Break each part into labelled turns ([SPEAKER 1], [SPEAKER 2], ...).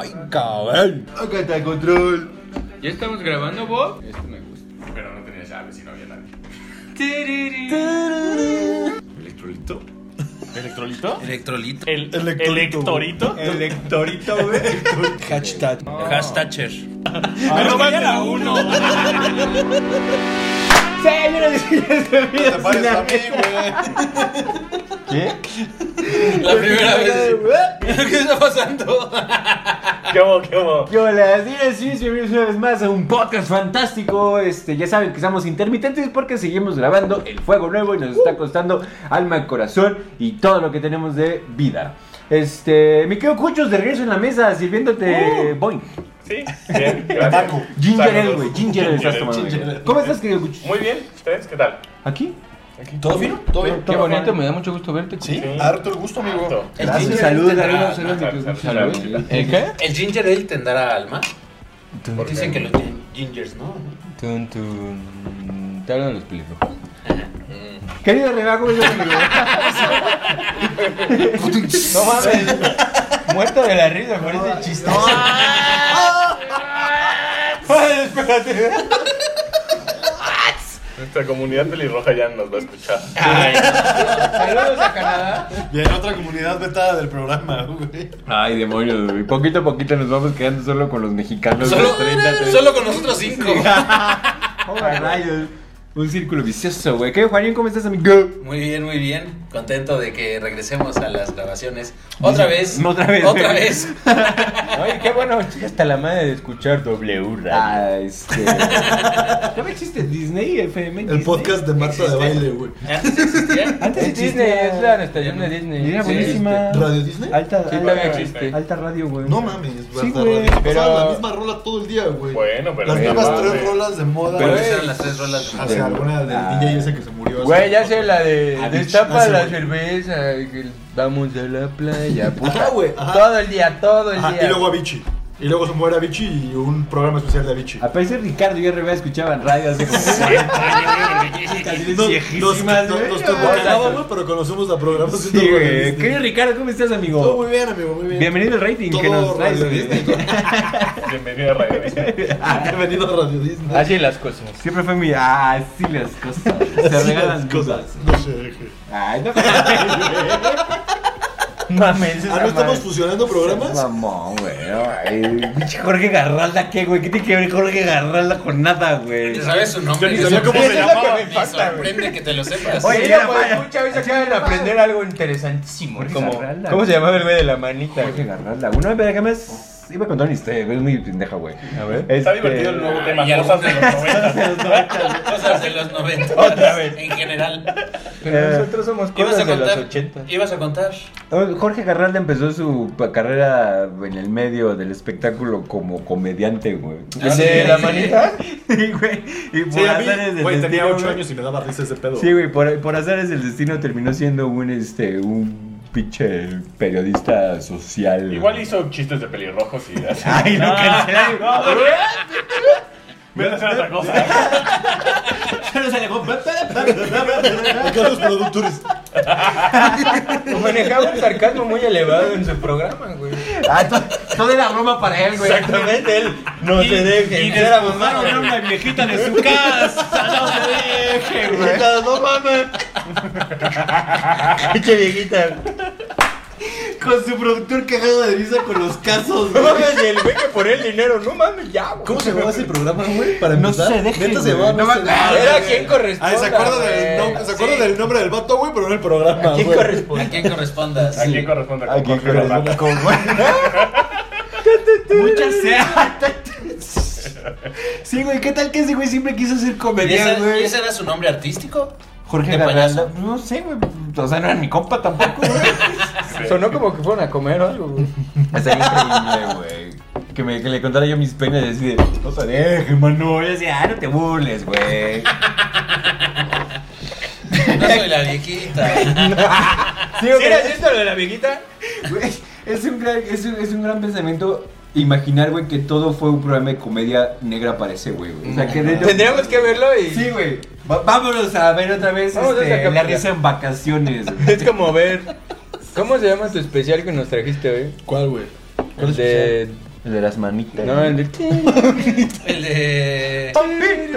[SPEAKER 1] ¡Ay, cabrón!
[SPEAKER 2] Acá está control.
[SPEAKER 3] ¿Ya estamos grabando, Bob?
[SPEAKER 2] Esto me gusta. Pero no tenía llave si no había nadie. ¿Electrolito?
[SPEAKER 4] ¿Electrolito?
[SPEAKER 1] Electrolito.
[SPEAKER 4] ¿El
[SPEAKER 5] Electorito, güey.
[SPEAKER 4] electorito?
[SPEAKER 2] Electorito, güey.
[SPEAKER 1] Hashtag. Hashtagcher.
[SPEAKER 4] ¡Me robaste la uno!
[SPEAKER 2] Señores y señores, bienvenidos
[SPEAKER 5] te pares
[SPEAKER 2] a
[SPEAKER 5] a mí, güey.
[SPEAKER 1] La primera
[SPEAKER 4] Este
[SPEAKER 1] vez.
[SPEAKER 2] ¿Qué?
[SPEAKER 1] ¿Qué está pasando?
[SPEAKER 4] ¿Qué hubo, qué hubo?
[SPEAKER 2] ¿Qué hola? Señores y bienvenidos una vez más a un podcast fantástico. Este, ya saben que somos intermitentes porque seguimos grabando El Fuego Nuevo y nos está costando alma, corazón y todo lo que tenemos de vida. Este, me quedo cuchos de regreso en la mesa
[SPEAKER 1] Uh.
[SPEAKER 2] sirviéndote Boing.
[SPEAKER 5] Sí, bien,
[SPEAKER 2] Taco.
[SPEAKER 5] gracias.
[SPEAKER 2] Ginger ale,
[SPEAKER 5] Saludos.
[SPEAKER 2] güey. Ginger ale estás tomando.
[SPEAKER 5] Ginger
[SPEAKER 2] güey.
[SPEAKER 5] ale.
[SPEAKER 2] ¿Cómo estás, querido Cuchos?
[SPEAKER 5] Muy bien, ¿ustedes qué tal?
[SPEAKER 2] ¿Aquí?
[SPEAKER 1] ¿Todo bien?
[SPEAKER 5] ¿Todo bien?
[SPEAKER 3] Qué bonito, me da mucho gusto verte.
[SPEAKER 4] Sí,
[SPEAKER 5] Sí.
[SPEAKER 4] harto el gusto, amigo.
[SPEAKER 5] Perfecto.
[SPEAKER 2] Gracias, ah, saludos, saludos, saludos. saludos.
[SPEAKER 3] ¿El qué?
[SPEAKER 1] ¿El ginger ale tendrá alma?
[SPEAKER 5] ¿Por qué?
[SPEAKER 1] Dicen que los gin- gingers, ¿no?
[SPEAKER 3] Tun, tun. Te hablan los pelirrojos.
[SPEAKER 2] Querido Rebago, ¿cómo estás, amigo?
[SPEAKER 3] No mames. Muerto de la risa por ese chiste.
[SPEAKER 5] Nuestra comunidad pelirroja ya nos va a escuchar.
[SPEAKER 3] Saludos a Canadá.
[SPEAKER 4] Y en otra comunidad vetada del programa, güey.
[SPEAKER 2] Ay, demonios, güey. Poquito a poquito nos vamos quedando solo con los mexicanos.
[SPEAKER 1] Solo,
[SPEAKER 2] güey. 30, 30.
[SPEAKER 1] solo con nosotros cinco.
[SPEAKER 2] Ay, rayos. Un círculo vicioso, güey. ¿Qué, Juanín? ¿Cómo estás, amigo?
[SPEAKER 1] Muy bien, muy bien. Contento de que regresemos a las grabaciones. Otra vez.
[SPEAKER 2] Otra vez.
[SPEAKER 1] Otra vez.
[SPEAKER 3] Oye, qué bueno. chica, Hasta la madre de escuchar W Radio.
[SPEAKER 2] Ah, este. ¿Ya me existe Disney FM?
[SPEAKER 4] El podcast de Marta de baile, güey.
[SPEAKER 1] ¿Antes existía?
[SPEAKER 2] Antes
[SPEAKER 3] Es Disney,
[SPEAKER 2] existía.
[SPEAKER 3] es la estación de Disney.
[SPEAKER 2] Era
[SPEAKER 1] Sí,
[SPEAKER 2] buenísima.
[SPEAKER 4] ¿Radio Disney?
[SPEAKER 2] Alta,
[SPEAKER 3] Sí,
[SPEAKER 2] alta,
[SPEAKER 3] todavía existe.
[SPEAKER 2] alta radio, güey.
[SPEAKER 4] No mames,
[SPEAKER 2] Sí,
[SPEAKER 4] hasta
[SPEAKER 2] güey.
[SPEAKER 4] radio.
[SPEAKER 3] Pero-
[SPEAKER 4] Pasaba la misma rola todo el día, güey.
[SPEAKER 5] Bueno, pero.
[SPEAKER 4] Las
[SPEAKER 5] no
[SPEAKER 4] mismas
[SPEAKER 5] mames.
[SPEAKER 4] tres rolas de moda.
[SPEAKER 1] Pero
[SPEAKER 4] güey.
[SPEAKER 1] esas eran las tres rolas.
[SPEAKER 4] O sea, alguna del
[SPEAKER 2] Ah.
[SPEAKER 4] DJ ese que se murió. hace
[SPEAKER 3] Güey, ya
[SPEAKER 4] poco.
[SPEAKER 3] sé la de
[SPEAKER 4] Ah,
[SPEAKER 3] destapa
[SPEAKER 4] bitch,
[SPEAKER 3] la
[SPEAKER 4] no sé, güey.
[SPEAKER 3] cerveza, que vamos a la playa,
[SPEAKER 4] Ajá,
[SPEAKER 3] puta.
[SPEAKER 4] güey, ajá.
[SPEAKER 3] Todo el día, todo el
[SPEAKER 4] Ajá,
[SPEAKER 3] día.
[SPEAKER 4] y luego Avicii. Y luego se muere Avicii y un programa especial de Avicii.
[SPEAKER 2] Aparece Ricardo y yo Rebago escuchaban radio hace como. Canciones
[SPEAKER 4] Nos- nos-
[SPEAKER 2] viejísimas,
[SPEAKER 4] nos-
[SPEAKER 2] güey.
[SPEAKER 4] nos turbocanábamos, pero conocemos la programación
[SPEAKER 2] Sí,
[SPEAKER 4] de
[SPEAKER 2] güey.
[SPEAKER 4] Disney.
[SPEAKER 2] Querido Ricardo, ¿cómo estás, amigo?
[SPEAKER 4] Todo muy bien, amigo, muy bien.
[SPEAKER 2] Bienvenido al rating
[SPEAKER 4] Todo
[SPEAKER 2] que nos traes,
[SPEAKER 4] Radio
[SPEAKER 2] güey.
[SPEAKER 4] Disney.
[SPEAKER 5] Bienvenido a Radio Disney.
[SPEAKER 4] Bienvenido a Radio Disney.
[SPEAKER 3] Así las cosas.
[SPEAKER 2] Siempre fue mi. Ah, sí, las cosas. Se
[SPEAKER 4] Así
[SPEAKER 2] regalan
[SPEAKER 4] las
[SPEAKER 2] cosas.
[SPEAKER 4] No sé, güey.
[SPEAKER 2] Ay, no mames.
[SPEAKER 3] Mames,
[SPEAKER 4] Ah, ¿no estamos fusionando programas?
[SPEAKER 2] Mamón, güey. Ay, Pinche Jorge Garralda, ¿qué, güey? ¿Qué tiene que ver Jorge Garralda con nada, güey?
[SPEAKER 1] ¿Sabes su nombre?
[SPEAKER 5] Yo ni sabía cómo
[SPEAKER 1] Me
[SPEAKER 5] se llamaba.
[SPEAKER 1] sorprende- Me sorprende que te lo sepas.
[SPEAKER 2] Oye,
[SPEAKER 3] Oye,
[SPEAKER 2] era
[SPEAKER 3] como
[SPEAKER 2] para-
[SPEAKER 3] escucha, hoy se acaban de aprender algo interesantísimo.
[SPEAKER 2] Jorge
[SPEAKER 3] Como,
[SPEAKER 2] Zarralda.
[SPEAKER 3] ¿Cómo se llamaba el güey de la manita?
[SPEAKER 2] Jorge Garralda. Una vez que más. Iba a contar una historia, güey, es muy pendeja, güey. Este,
[SPEAKER 3] A ver.
[SPEAKER 5] Está divertido el nuevo tema. Cosas de los 90.
[SPEAKER 1] Cosas de los 90.
[SPEAKER 3] Otra vez.
[SPEAKER 1] En general.
[SPEAKER 3] Pero
[SPEAKER 2] Eh,
[SPEAKER 3] nosotros somos
[SPEAKER 1] Ibas
[SPEAKER 3] cosas
[SPEAKER 1] a
[SPEAKER 3] de los
[SPEAKER 1] contar.
[SPEAKER 3] 80.
[SPEAKER 1] Ibas a contar.
[SPEAKER 2] Jorge Garralda empezó su pa- carrera en el medio del espectáculo como comediante, güey.
[SPEAKER 3] ¿El de la manita?
[SPEAKER 2] Sí, güey. Y por
[SPEAKER 4] Sí, a
[SPEAKER 2] azares
[SPEAKER 4] mí,
[SPEAKER 2] del
[SPEAKER 4] güey, tenía
[SPEAKER 2] destino,
[SPEAKER 4] 8
[SPEAKER 2] güey.
[SPEAKER 4] años y me daba risa ese pedo.
[SPEAKER 2] Sí, güey, por, por azares del destino terminó siendo un, este, un pinche periodista social.
[SPEAKER 5] Igual hizo chistes de pelirrojos y así.
[SPEAKER 2] Ay, lo cancelaron.
[SPEAKER 5] Mira, hacer otra cosa.
[SPEAKER 4] Acá los productores.
[SPEAKER 3] Manejaba un sarcasmo muy elevado en su programa, güey.
[SPEAKER 2] Ah, to- todo era broma para él, güey.
[SPEAKER 3] Exactamente, él no se deje.
[SPEAKER 1] y
[SPEAKER 3] era mamá,
[SPEAKER 2] Era una viejita de su casa. No se deje, güey.
[SPEAKER 3] No mames. Pinche viejita.
[SPEAKER 4] Con su productor cagado de risa con los casos,
[SPEAKER 3] No mames, y el güey que ponía el dinero. No mames, ya, güey.
[SPEAKER 4] ¿Cómo se llamaba ese programa, güey? Para
[SPEAKER 2] No
[SPEAKER 4] empezar.
[SPEAKER 2] se deje,
[SPEAKER 4] Neta se
[SPEAKER 2] güey.
[SPEAKER 4] llamaba
[SPEAKER 2] No
[SPEAKER 4] No se
[SPEAKER 2] me
[SPEAKER 4] deje.
[SPEAKER 2] acuerdo.
[SPEAKER 3] Era quien corresponda.
[SPEAKER 4] Ah, se acuerda, del,
[SPEAKER 3] güey.
[SPEAKER 4] nom- se acuerda
[SPEAKER 1] Sí.
[SPEAKER 4] del nombre del vato, güey, pero no el programa.
[SPEAKER 3] ¿A quién
[SPEAKER 4] güey.
[SPEAKER 3] corresponde?
[SPEAKER 1] ¿A quién correspondas?
[SPEAKER 5] ¿A quién corresponde?
[SPEAKER 2] Ay, qué
[SPEAKER 5] Jorge Lozano.
[SPEAKER 2] corazón, como- Muchas sea. Sí, güey, ¿qué tal que ese güey siempre quiso ser
[SPEAKER 1] ¿Y
[SPEAKER 2] comediante,
[SPEAKER 1] ese,
[SPEAKER 2] güey?
[SPEAKER 1] y ese era su nombre artístico?
[SPEAKER 2] Jorge
[SPEAKER 1] de
[SPEAKER 2] Garralda.
[SPEAKER 1] payaso.
[SPEAKER 2] No sé, güey. O sea, no era mi compa tampoco, güey.
[SPEAKER 3] Sonó como que fueron a comer o algo, güey.
[SPEAKER 2] Estaría increíble, güey. Que, me- que le contara yo mis penas y así de, no te dejes, mano. Yo decía, ah, no te burles, güey.
[SPEAKER 1] No soy la viejita.
[SPEAKER 3] ¿Sí era cierto lo de la viejita?
[SPEAKER 2] Güey, es un gran, es un, es un gran pensamiento imaginar, güey, que todo fue un programa de comedia negra para ese güey, güey. O sea, que de-
[SPEAKER 3] Tendríamos que verlo y.
[SPEAKER 2] Sí, güey. Va- vámonos a ver otra vez
[SPEAKER 3] Vamos a
[SPEAKER 2] este,
[SPEAKER 3] sacar
[SPEAKER 2] la
[SPEAKER 3] para
[SPEAKER 2] risa en vacaciones, güey.
[SPEAKER 3] Es como ver. ¿Cómo se llama tu especial que nos trajiste hoy?
[SPEAKER 4] ¿Cuál, güey?
[SPEAKER 3] ¿Cuál
[SPEAKER 2] El de, el de las manitas.
[SPEAKER 3] No, el de.
[SPEAKER 1] El de.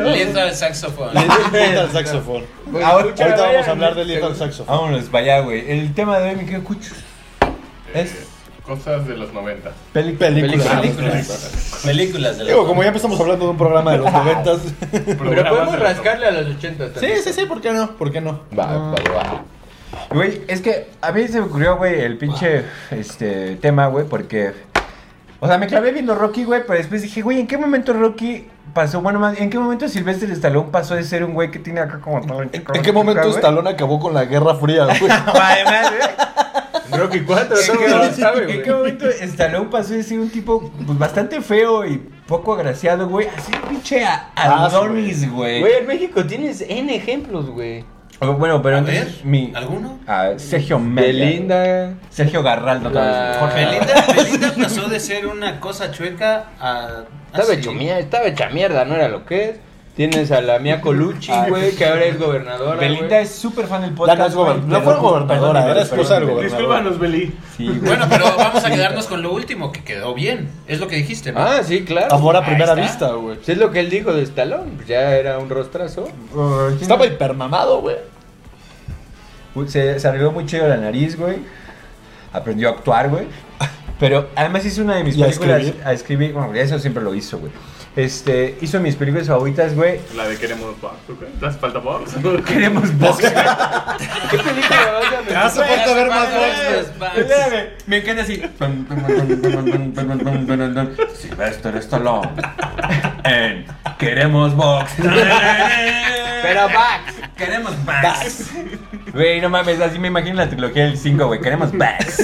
[SPEAKER 1] Little Saxophone.
[SPEAKER 4] Lethal Saxophone.
[SPEAKER 3] Bueno, escucha,
[SPEAKER 4] Ahorita
[SPEAKER 3] vaya,
[SPEAKER 4] vamos a hablar de
[SPEAKER 3] seguro.
[SPEAKER 4] Lethal Saxophone.
[SPEAKER 2] Vámonos, vaya, güey. El tema de hoy, mi querido Cuchos.
[SPEAKER 5] Es. Eh, Cosas de los 90.
[SPEAKER 4] Ah, Películas.
[SPEAKER 1] Películas. Películas de la.
[SPEAKER 4] Digo, como ya empezamos hablando de un programa de los noventas.
[SPEAKER 5] Programas de los
[SPEAKER 3] a los 80
[SPEAKER 4] Sí, sí, sí, ¿por qué no? ¿Por qué no?
[SPEAKER 3] Va, va, va.
[SPEAKER 2] Güey, es que a mí se me ocurrió, güey, el pinche este, tema, güey, porque. O sea, me clavé viendo Rocky, güey, pero después dije, güey, ¿en qué momento Rocky pasó? Bueno, más, ¿en qué momento Sylvester Stallone pasó de ser un güey que tiene acá como todo el chico,
[SPEAKER 4] ¿En qué momento
[SPEAKER 2] acá, güey?
[SPEAKER 4] Stallone acabó con la Guerra Fría, güey?
[SPEAKER 2] Además, güey,
[SPEAKER 3] Rocky 4,
[SPEAKER 2] ¿en qué
[SPEAKER 3] no lo sabe,
[SPEAKER 2] momento- ¿en
[SPEAKER 3] güey.
[SPEAKER 2] qué momento Stallone pasó de ser un tipo pues, bastante feo y poco agraciado, güey, a ser pinche a-
[SPEAKER 4] Ah, sí,
[SPEAKER 2] Adonis, güey?
[SPEAKER 3] Güey, en México tienes N ejemplos, güey.
[SPEAKER 2] O- Bueno, pero
[SPEAKER 1] A
[SPEAKER 2] entonces,
[SPEAKER 1] ver,
[SPEAKER 2] mi.
[SPEAKER 1] ¿Alguno?
[SPEAKER 2] ah, Sergio Mella.
[SPEAKER 3] Belinda.
[SPEAKER 2] Sergio Garraldo,
[SPEAKER 3] La-
[SPEAKER 2] otra vez. Jorge Linda.
[SPEAKER 1] Belinda, Belinda pasó de ser una cosa chueca a.
[SPEAKER 3] Estaba,
[SPEAKER 1] así.
[SPEAKER 3] hecho mierda, estaba hecha mierda, no era lo que es. Tienes a la Mia Colucci, güey, que ahora es gobernadora.
[SPEAKER 2] Belinda
[SPEAKER 3] güey.
[SPEAKER 2] es súper fan del
[SPEAKER 4] Ya no,
[SPEAKER 2] podcast.
[SPEAKER 4] es gober-
[SPEAKER 2] güey,
[SPEAKER 4] no fue
[SPEAKER 2] pero-
[SPEAKER 4] gobernadora,
[SPEAKER 2] perdón,
[SPEAKER 4] era esposa del
[SPEAKER 2] perdón,
[SPEAKER 4] gobernador.
[SPEAKER 5] Discúlpanos, Beli.
[SPEAKER 2] Sí, güey.
[SPEAKER 1] Bueno, pero vamos a quedarnos con lo último, que quedó bien. Es lo que dijiste, ¿no?
[SPEAKER 3] Ah, sí, claro.
[SPEAKER 4] Amor a
[SPEAKER 1] Ahí
[SPEAKER 4] primera
[SPEAKER 1] está.
[SPEAKER 4] vista, güey.
[SPEAKER 3] Pues es lo que él dijo de Stallone, pues ya era un rostrazo.
[SPEAKER 4] Estaba hipermamado, güey.
[SPEAKER 2] Uy, Se, se arregló muy chido la nariz, güey. Aprendió a actuar, güey. Pero además hizo una de mis
[SPEAKER 4] ¿Y a
[SPEAKER 2] películas
[SPEAKER 4] escribir?
[SPEAKER 2] a escribir. Bueno, eso siempre lo hizo, güey. Este, hizo mis películas favoritas, güey.
[SPEAKER 5] La de queremos box, ¿ok? ¿Te hace falta box?
[SPEAKER 2] Queremos box.
[SPEAKER 3] ¿Qué película vas a meter?
[SPEAKER 4] hace falta ver más
[SPEAKER 1] Las bandas.
[SPEAKER 2] Espérame, me encanta así. Silvestre Stallone. En Queremos Box.
[SPEAKER 3] Pero Bax.
[SPEAKER 2] Queremos Bax. Güey, no mames, así me imagino la trilogía del 5, güey. Queremos Bax.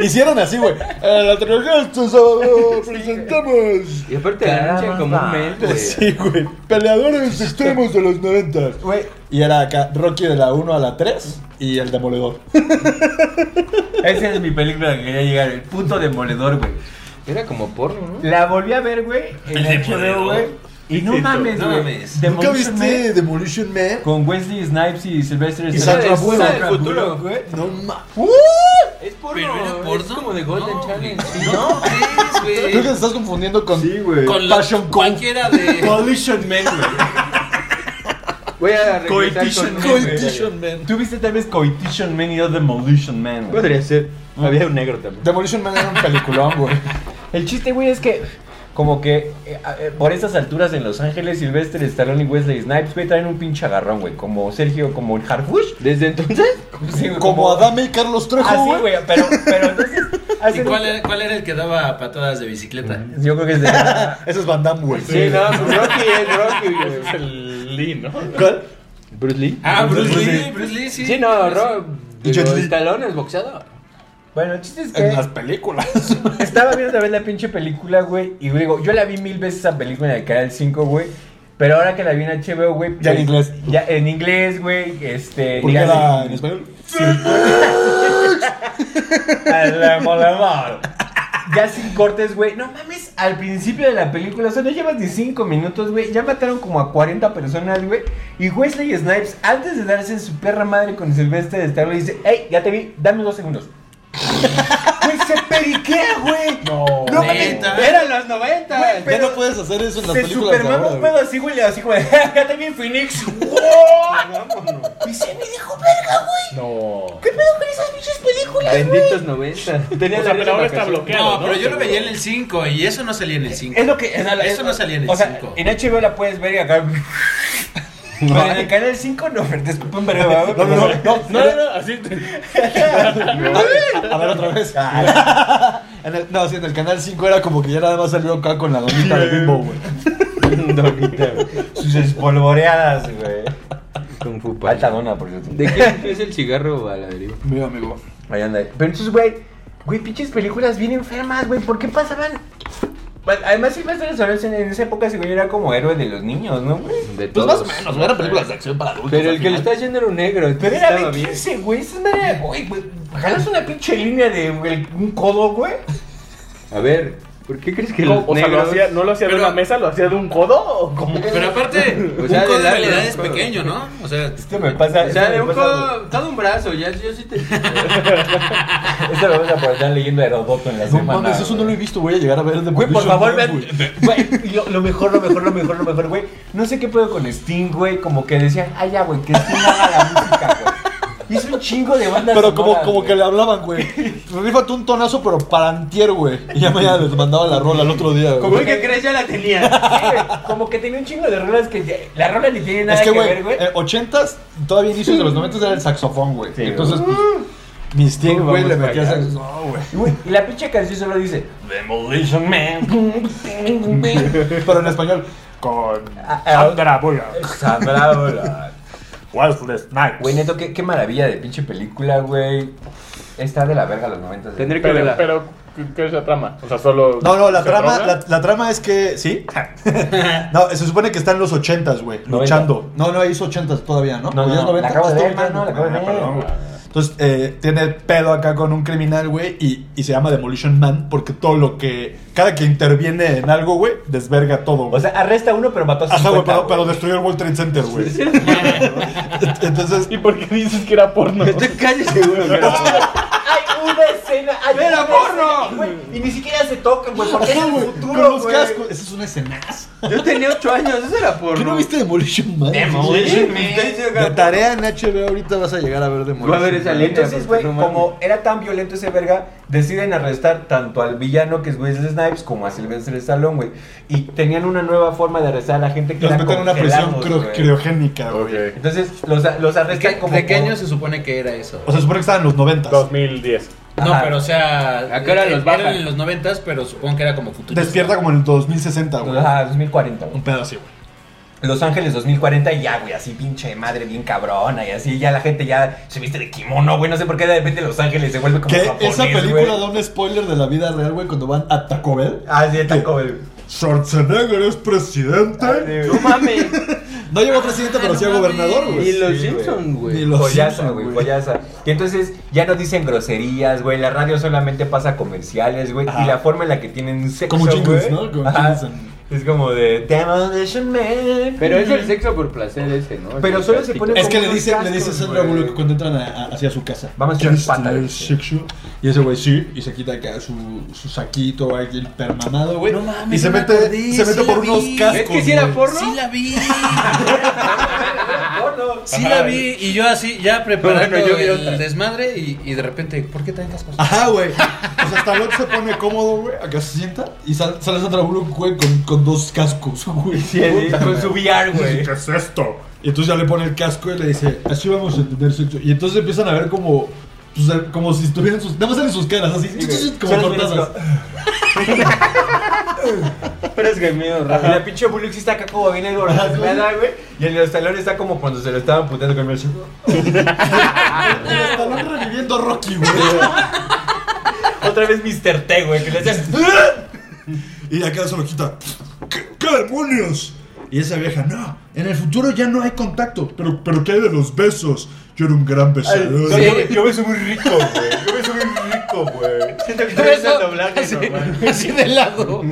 [SPEAKER 4] Hicieron así, güey. Eh, La trilogía esto es, oh, presentamos.
[SPEAKER 3] Y aparte la
[SPEAKER 2] Caramba.
[SPEAKER 3] lucha comúnmente.
[SPEAKER 4] Pues Sí, güey. Este, Peleadores extremos de los noventas.
[SPEAKER 2] Güey,
[SPEAKER 4] Y era acá Rocky de la 1 a la 3 y el demoledor.
[SPEAKER 2] esa es mi película que quería llegar. El puto demoledor, güey.
[SPEAKER 3] Era como porno, ¿no?
[SPEAKER 2] La volví a ver, güey. En
[SPEAKER 1] El
[SPEAKER 2] el HBO,
[SPEAKER 1] demoledor.
[SPEAKER 2] güey. Y no
[SPEAKER 5] Sí,
[SPEAKER 2] mames,
[SPEAKER 1] no
[SPEAKER 2] güey.
[SPEAKER 1] mames.
[SPEAKER 4] ¿Nunca
[SPEAKER 2] Demolition
[SPEAKER 4] viste Demolition Man?
[SPEAKER 2] Man Con Wesley Snipes y Sylvester
[SPEAKER 4] Y
[SPEAKER 2] Stallone.
[SPEAKER 4] Sandra Bullock.
[SPEAKER 2] Sandra
[SPEAKER 3] Del futuro.
[SPEAKER 2] güey.
[SPEAKER 4] No mames.
[SPEAKER 3] Es
[SPEAKER 1] Pero era
[SPEAKER 3] porno. Es
[SPEAKER 1] porno.
[SPEAKER 3] como de Golden
[SPEAKER 1] No,
[SPEAKER 3] Challenge.
[SPEAKER 1] güey. No, ¿qué es, güey?
[SPEAKER 4] Creo que te estás confundiendo con
[SPEAKER 2] güey.
[SPEAKER 1] Con la-
[SPEAKER 4] Passion Cult.
[SPEAKER 1] cualquiera de.
[SPEAKER 4] Coalition Man, güey.
[SPEAKER 3] Voy a regresar
[SPEAKER 4] Coalition,
[SPEAKER 3] con
[SPEAKER 4] Coalition Man.
[SPEAKER 2] Tú viste tal vez Coition Man y no Demolition Man, güey.
[SPEAKER 3] Podría ser. Había un negro también.
[SPEAKER 4] Demolition Man era un peliculón, güey.
[SPEAKER 2] El chiste, güey, es que como que eh, eh, por estas alturas en Los Ángeles, Sylvester Stallone y Wesley Snipes, güey, traen un pinche agarrón, güey. Como Sergio, como el Harfush.
[SPEAKER 3] Desde entonces,
[SPEAKER 2] Sí, güey,
[SPEAKER 4] Como Adame y Carlos Trejo,
[SPEAKER 2] Así,
[SPEAKER 4] güey.
[SPEAKER 2] güey, pero, pero entonces...
[SPEAKER 1] ¿Y
[SPEAKER 2] hacen-
[SPEAKER 1] cuál era, cuál era el que daba patadas de bicicleta?
[SPEAKER 2] Yo creo que es de...
[SPEAKER 4] Ese es Van Damme, güey.
[SPEAKER 3] Sí, no, pues Rocky es Rocky,
[SPEAKER 5] Ese
[SPEAKER 3] güey.
[SPEAKER 5] es el Lee, ¿no?
[SPEAKER 4] ¿Cuál?
[SPEAKER 3] ¿Bruce Lee?
[SPEAKER 1] Ah, Bruce Lee, Bruce Lee, sí.
[SPEAKER 3] Sí, no, Rock.
[SPEAKER 4] Y Jet Li.
[SPEAKER 3] Stallone es boxeador.
[SPEAKER 2] Bueno, el chiste es
[SPEAKER 4] En las
[SPEAKER 2] que
[SPEAKER 4] películas.
[SPEAKER 2] estaba viendo otra vez la pinche película, güey, y digo, yo la vi mil veces esa película en el Canal 5, güey. Pero ahora que la vi en HBO, güey...
[SPEAKER 4] Ya en
[SPEAKER 2] pues,
[SPEAKER 4] inglés.
[SPEAKER 2] Ya en inglés, güey, este...
[SPEAKER 4] Porque
[SPEAKER 2] ya
[SPEAKER 4] era
[SPEAKER 2] en-
[SPEAKER 4] en español.
[SPEAKER 2] Al demoledor. Ya sin cortes, güey. No mames, al principio de la película, o sea, no llevas ni 5 minutos, güey. Ya mataron como a 40 personas, güey. Y Wesley Snipes, antes de darse en su perra madre con Silvestre de Stallone, dice: Hey, ya te vi, dame dos segundos. Güey, se periquea, güey.
[SPEAKER 5] No.
[SPEAKER 2] No mames,
[SPEAKER 1] Neta.
[SPEAKER 2] eran las 90. Güey,
[SPEAKER 4] Ya
[SPEAKER 2] pero
[SPEAKER 4] no puedes hacer eso en las
[SPEAKER 2] se
[SPEAKER 4] películas de
[SPEAKER 2] supermama
[SPEAKER 4] ahora,
[SPEAKER 2] un
[SPEAKER 4] güey.
[SPEAKER 2] pedo así, güey, así como de, "Ja, ya te vi en Phoenix. ¡Wow! Y se me dijo, verga, güey.
[SPEAKER 5] No.
[SPEAKER 2] ¿Qué pedo con esas pinches películas, güey?
[SPEAKER 3] Benditos 90. Tenía
[SPEAKER 5] O sea,
[SPEAKER 3] la
[SPEAKER 5] pero ahora está
[SPEAKER 3] vacación.
[SPEAKER 5] bloqueado.
[SPEAKER 1] No, pero yo lo veía en el 5 y eso no salía en el 5.
[SPEAKER 2] Es lo que. es la-
[SPEAKER 1] Eso
[SPEAKER 2] es-
[SPEAKER 1] no salía en el
[SPEAKER 2] o sea,
[SPEAKER 1] 5.
[SPEAKER 2] En HBO la puedes ver y acá. Pero en el canal 5 no, pero disculpa, pero.
[SPEAKER 4] No,
[SPEAKER 2] No,
[SPEAKER 4] no, no.
[SPEAKER 5] No, no, no, así. te-
[SPEAKER 4] A ver, otra vez. En el- no, sí, en el canal 5 era como que ya nada más salió acá con la donita de Bimbo, güey.
[SPEAKER 2] Sus espolvoreadas, güey.
[SPEAKER 3] Kung Fu Panda.
[SPEAKER 2] Falta dona, por cierto.
[SPEAKER 3] ¿De qué es el cigarro a la deriva?
[SPEAKER 4] Mira, amigo.
[SPEAKER 2] Ahí anda. Pero entonces, güey. Güey, pinches películas bien enfermas, güey. ¿Por qué pasaban? Pues, Además, Silvestre Stallone en, en esa época, ese güey era como héroe de los niños, ¿no, güey?
[SPEAKER 3] De
[SPEAKER 4] Pues más
[SPEAKER 3] todos.
[SPEAKER 4] o menos, güey, eran películas de acción para adultos.
[SPEAKER 3] Pero
[SPEAKER 4] al
[SPEAKER 3] el que lo
[SPEAKER 4] final.
[SPEAKER 3] está haciendo era un negro.
[SPEAKER 2] Pero
[SPEAKER 3] Entonces
[SPEAKER 2] era
[SPEAKER 3] estaba
[SPEAKER 2] de
[SPEAKER 3] bien.
[SPEAKER 2] 15, güey. Esa madre, güey, güey. Jalas una pinche línea de güey, un codo, güey.
[SPEAKER 3] A ver,
[SPEAKER 2] ¿Por qué crees que los
[SPEAKER 5] O sea, lo
[SPEAKER 2] negros-
[SPEAKER 5] hacía, no lo hacía de
[SPEAKER 1] Pero-
[SPEAKER 5] una mesa, lo hacía de un codo o cómo?
[SPEAKER 1] Pero aparte,
[SPEAKER 2] O sea,
[SPEAKER 1] un codo
[SPEAKER 2] de
[SPEAKER 1] en
[SPEAKER 2] darle
[SPEAKER 1] realidad
[SPEAKER 2] un
[SPEAKER 1] es
[SPEAKER 2] codo.
[SPEAKER 1] pequeño, ¿no? O sea,
[SPEAKER 4] Este me pasa.
[SPEAKER 2] O sea,
[SPEAKER 4] este
[SPEAKER 2] de
[SPEAKER 4] me
[SPEAKER 2] un
[SPEAKER 4] pasa-
[SPEAKER 2] codo, todo un brazo, ya, yo sí te...
[SPEAKER 3] Esto lo vamos a poner leyendo Herodoto en la
[SPEAKER 4] No
[SPEAKER 3] semana.
[SPEAKER 4] mames, eso no lo he visto, voy a llegar a ver el de
[SPEAKER 3] Güey, por
[SPEAKER 4] Provision
[SPEAKER 3] favor,
[SPEAKER 4] Room,
[SPEAKER 3] vean.
[SPEAKER 4] güey.
[SPEAKER 3] Güey, lo, lo mejor, lo mejor, lo mejor, lo mejor, güey. No sé qué puedo con Sting, güey. Como que decían, ay, ya, güey, que Sting haga la música, güey. Hizo un chingo de bandas.
[SPEAKER 4] Pero como,
[SPEAKER 3] sonoras,
[SPEAKER 4] como
[SPEAKER 3] güey.
[SPEAKER 4] que le hablaban, güey. Rífate un tonazo, pero para antier, güey. Y ya mañana les mandaba la rola el otro día, güey.
[SPEAKER 2] Güey, ¿qué crees? Ya la tenía.
[SPEAKER 3] Sí, güey, como que tenía un chingo de rolas que ya- la rola ni tiene nada
[SPEAKER 4] Es que,
[SPEAKER 3] que,
[SPEAKER 4] güey,
[SPEAKER 3] ver, güey.
[SPEAKER 4] eh, 80s, todavía inicios de los 90s era el saxofón, güey.
[SPEAKER 3] Sí,
[SPEAKER 4] Entonces, pues, mis tíos,
[SPEAKER 3] Vamos
[SPEAKER 4] güey, le
[SPEAKER 3] para
[SPEAKER 4] metía
[SPEAKER 3] allá.
[SPEAKER 4] saxofón. No, güey.
[SPEAKER 3] Güey, y la pinche canción solo dice Demolition Man.
[SPEAKER 4] Pero en español, con.
[SPEAKER 3] Ah, ah,
[SPEAKER 4] Bullock.
[SPEAKER 3] Sandra Bullock.
[SPEAKER 4] Wildless
[SPEAKER 3] Güey, neto, qué, qué maravilla de pinche película, güey. Está de la verga los 90. güey.
[SPEAKER 2] Tendré que
[SPEAKER 5] Pero,
[SPEAKER 2] verla.
[SPEAKER 5] pero, ¿qué- ¿qué es la trama? O sea, solo.
[SPEAKER 4] No, no, la
[SPEAKER 5] ¿se
[SPEAKER 4] trama,
[SPEAKER 5] droga?
[SPEAKER 4] la, la trama es que. ¿Sí? no, se supone que está en los 80s, güey,
[SPEAKER 3] Noventa.
[SPEAKER 4] luchando. No, no, hizo 80s todavía, ¿no?
[SPEAKER 3] No,
[SPEAKER 4] ¿O ya
[SPEAKER 3] no,
[SPEAKER 4] es
[SPEAKER 3] no, la acabo de
[SPEAKER 4] Estoy
[SPEAKER 3] ver,
[SPEAKER 4] viendo.
[SPEAKER 3] mano, la acabo de
[SPEAKER 4] Ah,
[SPEAKER 3] ver.
[SPEAKER 4] perdón, güey. Entonces, eh, tiene pedo acá con un criminal, güey, y, y se llama Demolition Man porque todo lo que. Cada que interviene en algo, güey, desverga todo, güey.
[SPEAKER 3] O sea, arresta a uno, pero mató a
[SPEAKER 4] Ajá, Ah, güey,
[SPEAKER 3] 50.
[SPEAKER 4] pero,
[SPEAKER 3] güey.
[SPEAKER 4] pero destruyó el World Trade Center, güey. Entonces,
[SPEAKER 5] ¿Y por qué dices que era porno?
[SPEAKER 2] Te calles seguro que no.
[SPEAKER 3] Hay una escena. Hay
[SPEAKER 2] ¡Era
[SPEAKER 3] una
[SPEAKER 2] porno!
[SPEAKER 3] escena, güey, Y ni siquiera se tocan, güey, porque era el
[SPEAKER 4] güey,
[SPEAKER 3] futuro.
[SPEAKER 4] con los
[SPEAKER 3] güey.
[SPEAKER 4] cascos. Esa es una escenazo.
[SPEAKER 2] Yo tenía 8 años, eso era porno.
[SPEAKER 4] ¿Tú no viste Demolition Man?
[SPEAKER 2] Demolition Man.
[SPEAKER 4] De tarea en HBO ahorita vas a llegar a ver Demolition
[SPEAKER 2] Voy a ver esa
[SPEAKER 4] Man.
[SPEAKER 3] Y
[SPEAKER 2] línea.
[SPEAKER 3] entonces, güey,
[SPEAKER 2] No mames.
[SPEAKER 3] como era tan violento ese verga, deciden arrestar tanto al villano que es Wesley Snipes como a Sylvester Stallone, güey. Y tenían una nueva forma de arrestar a la gente que
[SPEAKER 4] Los
[SPEAKER 3] era
[SPEAKER 4] meten en una prisión
[SPEAKER 3] congelarlos,
[SPEAKER 4] crio-
[SPEAKER 3] güey.
[SPEAKER 4] criogénica, güey.
[SPEAKER 5] Ok.
[SPEAKER 3] Entonces, los, los
[SPEAKER 1] ¿de
[SPEAKER 3] arrestan
[SPEAKER 1] qué,
[SPEAKER 3] como...
[SPEAKER 1] de qué
[SPEAKER 3] por-
[SPEAKER 1] año se supone que era eso?
[SPEAKER 4] O sea, supone que estaban en los 90.
[SPEAKER 5] 2010.
[SPEAKER 1] No,
[SPEAKER 3] Ajá.
[SPEAKER 1] pero o sea, eh,
[SPEAKER 2] ¿A qué hora los
[SPEAKER 1] eran
[SPEAKER 2] bajan?
[SPEAKER 1] en los noventas, pero supongo que era como futuro.
[SPEAKER 4] Despierta como en el 2060, güey.
[SPEAKER 3] Ajá, 2040, güey.
[SPEAKER 4] Un pedo así, güey.
[SPEAKER 3] Los Ángeles 2040 y ya, güey, así pinche madre bien cabrona y así, ya la gente ya se viste de kimono, güey, no sé por qué de repente Los Ángeles se vuelve como
[SPEAKER 4] Que
[SPEAKER 3] japonés,
[SPEAKER 4] esa película
[SPEAKER 3] güey.
[SPEAKER 4] da un spoiler de la vida real, güey, cuando van a Taco Bell.
[SPEAKER 3] Ah, sí, Taco Bell.
[SPEAKER 4] Schwarzenegger es presidente.
[SPEAKER 3] Ah, sí, Ah,
[SPEAKER 2] No mames.
[SPEAKER 4] No llegó a presidente, pero sí a gobernador,
[SPEAKER 2] Ni
[SPEAKER 4] güey.
[SPEAKER 2] los
[SPEAKER 3] Sí, güey.
[SPEAKER 2] Simpsons,
[SPEAKER 4] Ni
[SPEAKER 2] güey.
[SPEAKER 4] los
[SPEAKER 3] Follaza,
[SPEAKER 4] Simpson,
[SPEAKER 3] güey, follaza. Y entonces ya no dicen groserías, güey. La radio solamente pasa comerciales, güey.
[SPEAKER 4] Ajá.
[SPEAKER 3] Y la forma en la que tienen sexo.
[SPEAKER 4] Como jingles,
[SPEAKER 3] güey.
[SPEAKER 4] ¿no? Como
[SPEAKER 3] Ajá.
[SPEAKER 4] jingles en-
[SPEAKER 3] Es como de Demolition Man.
[SPEAKER 2] Pero es el sexo por placer ese, ¿no?
[SPEAKER 3] Pero
[SPEAKER 2] Es
[SPEAKER 3] solo se
[SPEAKER 2] fantástico.
[SPEAKER 3] pone-
[SPEAKER 4] Es que
[SPEAKER 3] como
[SPEAKER 4] le
[SPEAKER 3] unos
[SPEAKER 4] dice, le dice
[SPEAKER 3] cascos,
[SPEAKER 4] Sandra
[SPEAKER 3] güey.
[SPEAKER 4] Bullock cuando entran a- a- hacia su casa.
[SPEAKER 3] Vamos a echar
[SPEAKER 4] ¿Quieres
[SPEAKER 3] pata,
[SPEAKER 4] tener
[SPEAKER 3] dice.
[SPEAKER 4] sexo? Y ese güey sí, y se quita acá su, su saquito, ahí, el permamado, güey.
[SPEAKER 1] No mames,
[SPEAKER 4] y se
[SPEAKER 1] no me
[SPEAKER 4] mete,
[SPEAKER 1] acordé,
[SPEAKER 4] se mete
[SPEAKER 1] sí
[SPEAKER 4] por
[SPEAKER 1] la
[SPEAKER 4] unos
[SPEAKER 1] vi.
[SPEAKER 4] cascos.
[SPEAKER 2] ¿Ves que si era
[SPEAKER 4] güey.
[SPEAKER 2] porno?
[SPEAKER 1] Sí la vi.
[SPEAKER 3] Porno.
[SPEAKER 1] Sí la vi y yo así ya preparando
[SPEAKER 2] Bueno, yo vi otra.
[SPEAKER 1] el desmadre y, y de repente, ¿por qué tantas cosas?
[SPEAKER 4] Ajá, güey. O sea, hasta luego se pone cómodo, güey. Acá se sienta y sal- sale Sandra Bullock, güey, con, con dos cascos, güey.
[SPEAKER 3] Sí, sí, con su VR, güey.
[SPEAKER 4] es esto? Y entonces ya le pone el casco y le dice, así vamos a tener sexo. Y entonces empiezan a ver como, pues, como si estuvieran sus, nada más salen sus caras, así, como
[SPEAKER 3] Solo vienes
[SPEAKER 4] cortadas.
[SPEAKER 2] Pero es gemido,
[SPEAKER 3] Y la pinche Bullock sí está acá como bien engordada, güey. Y el de los talones está como cuando se lo estaban puteando con el así.
[SPEAKER 4] El estalón reviviendo a Rocky, güey.
[SPEAKER 3] Otra vez Mr. T, güey, que le hacían.
[SPEAKER 4] Y acá se lo quita. ¿Qué, qué demonios? Y esa vieja, no, en el futuro ya no hay contacto. Pero, pero ¿qué hay de los besos? Yo era un gran besador.
[SPEAKER 1] Sí. yo-
[SPEAKER 3] me soy muy rico, güey. Yo me soy muy rico, güey. Siento que
[SPEAKER 1] Pero eso, así, así de lado.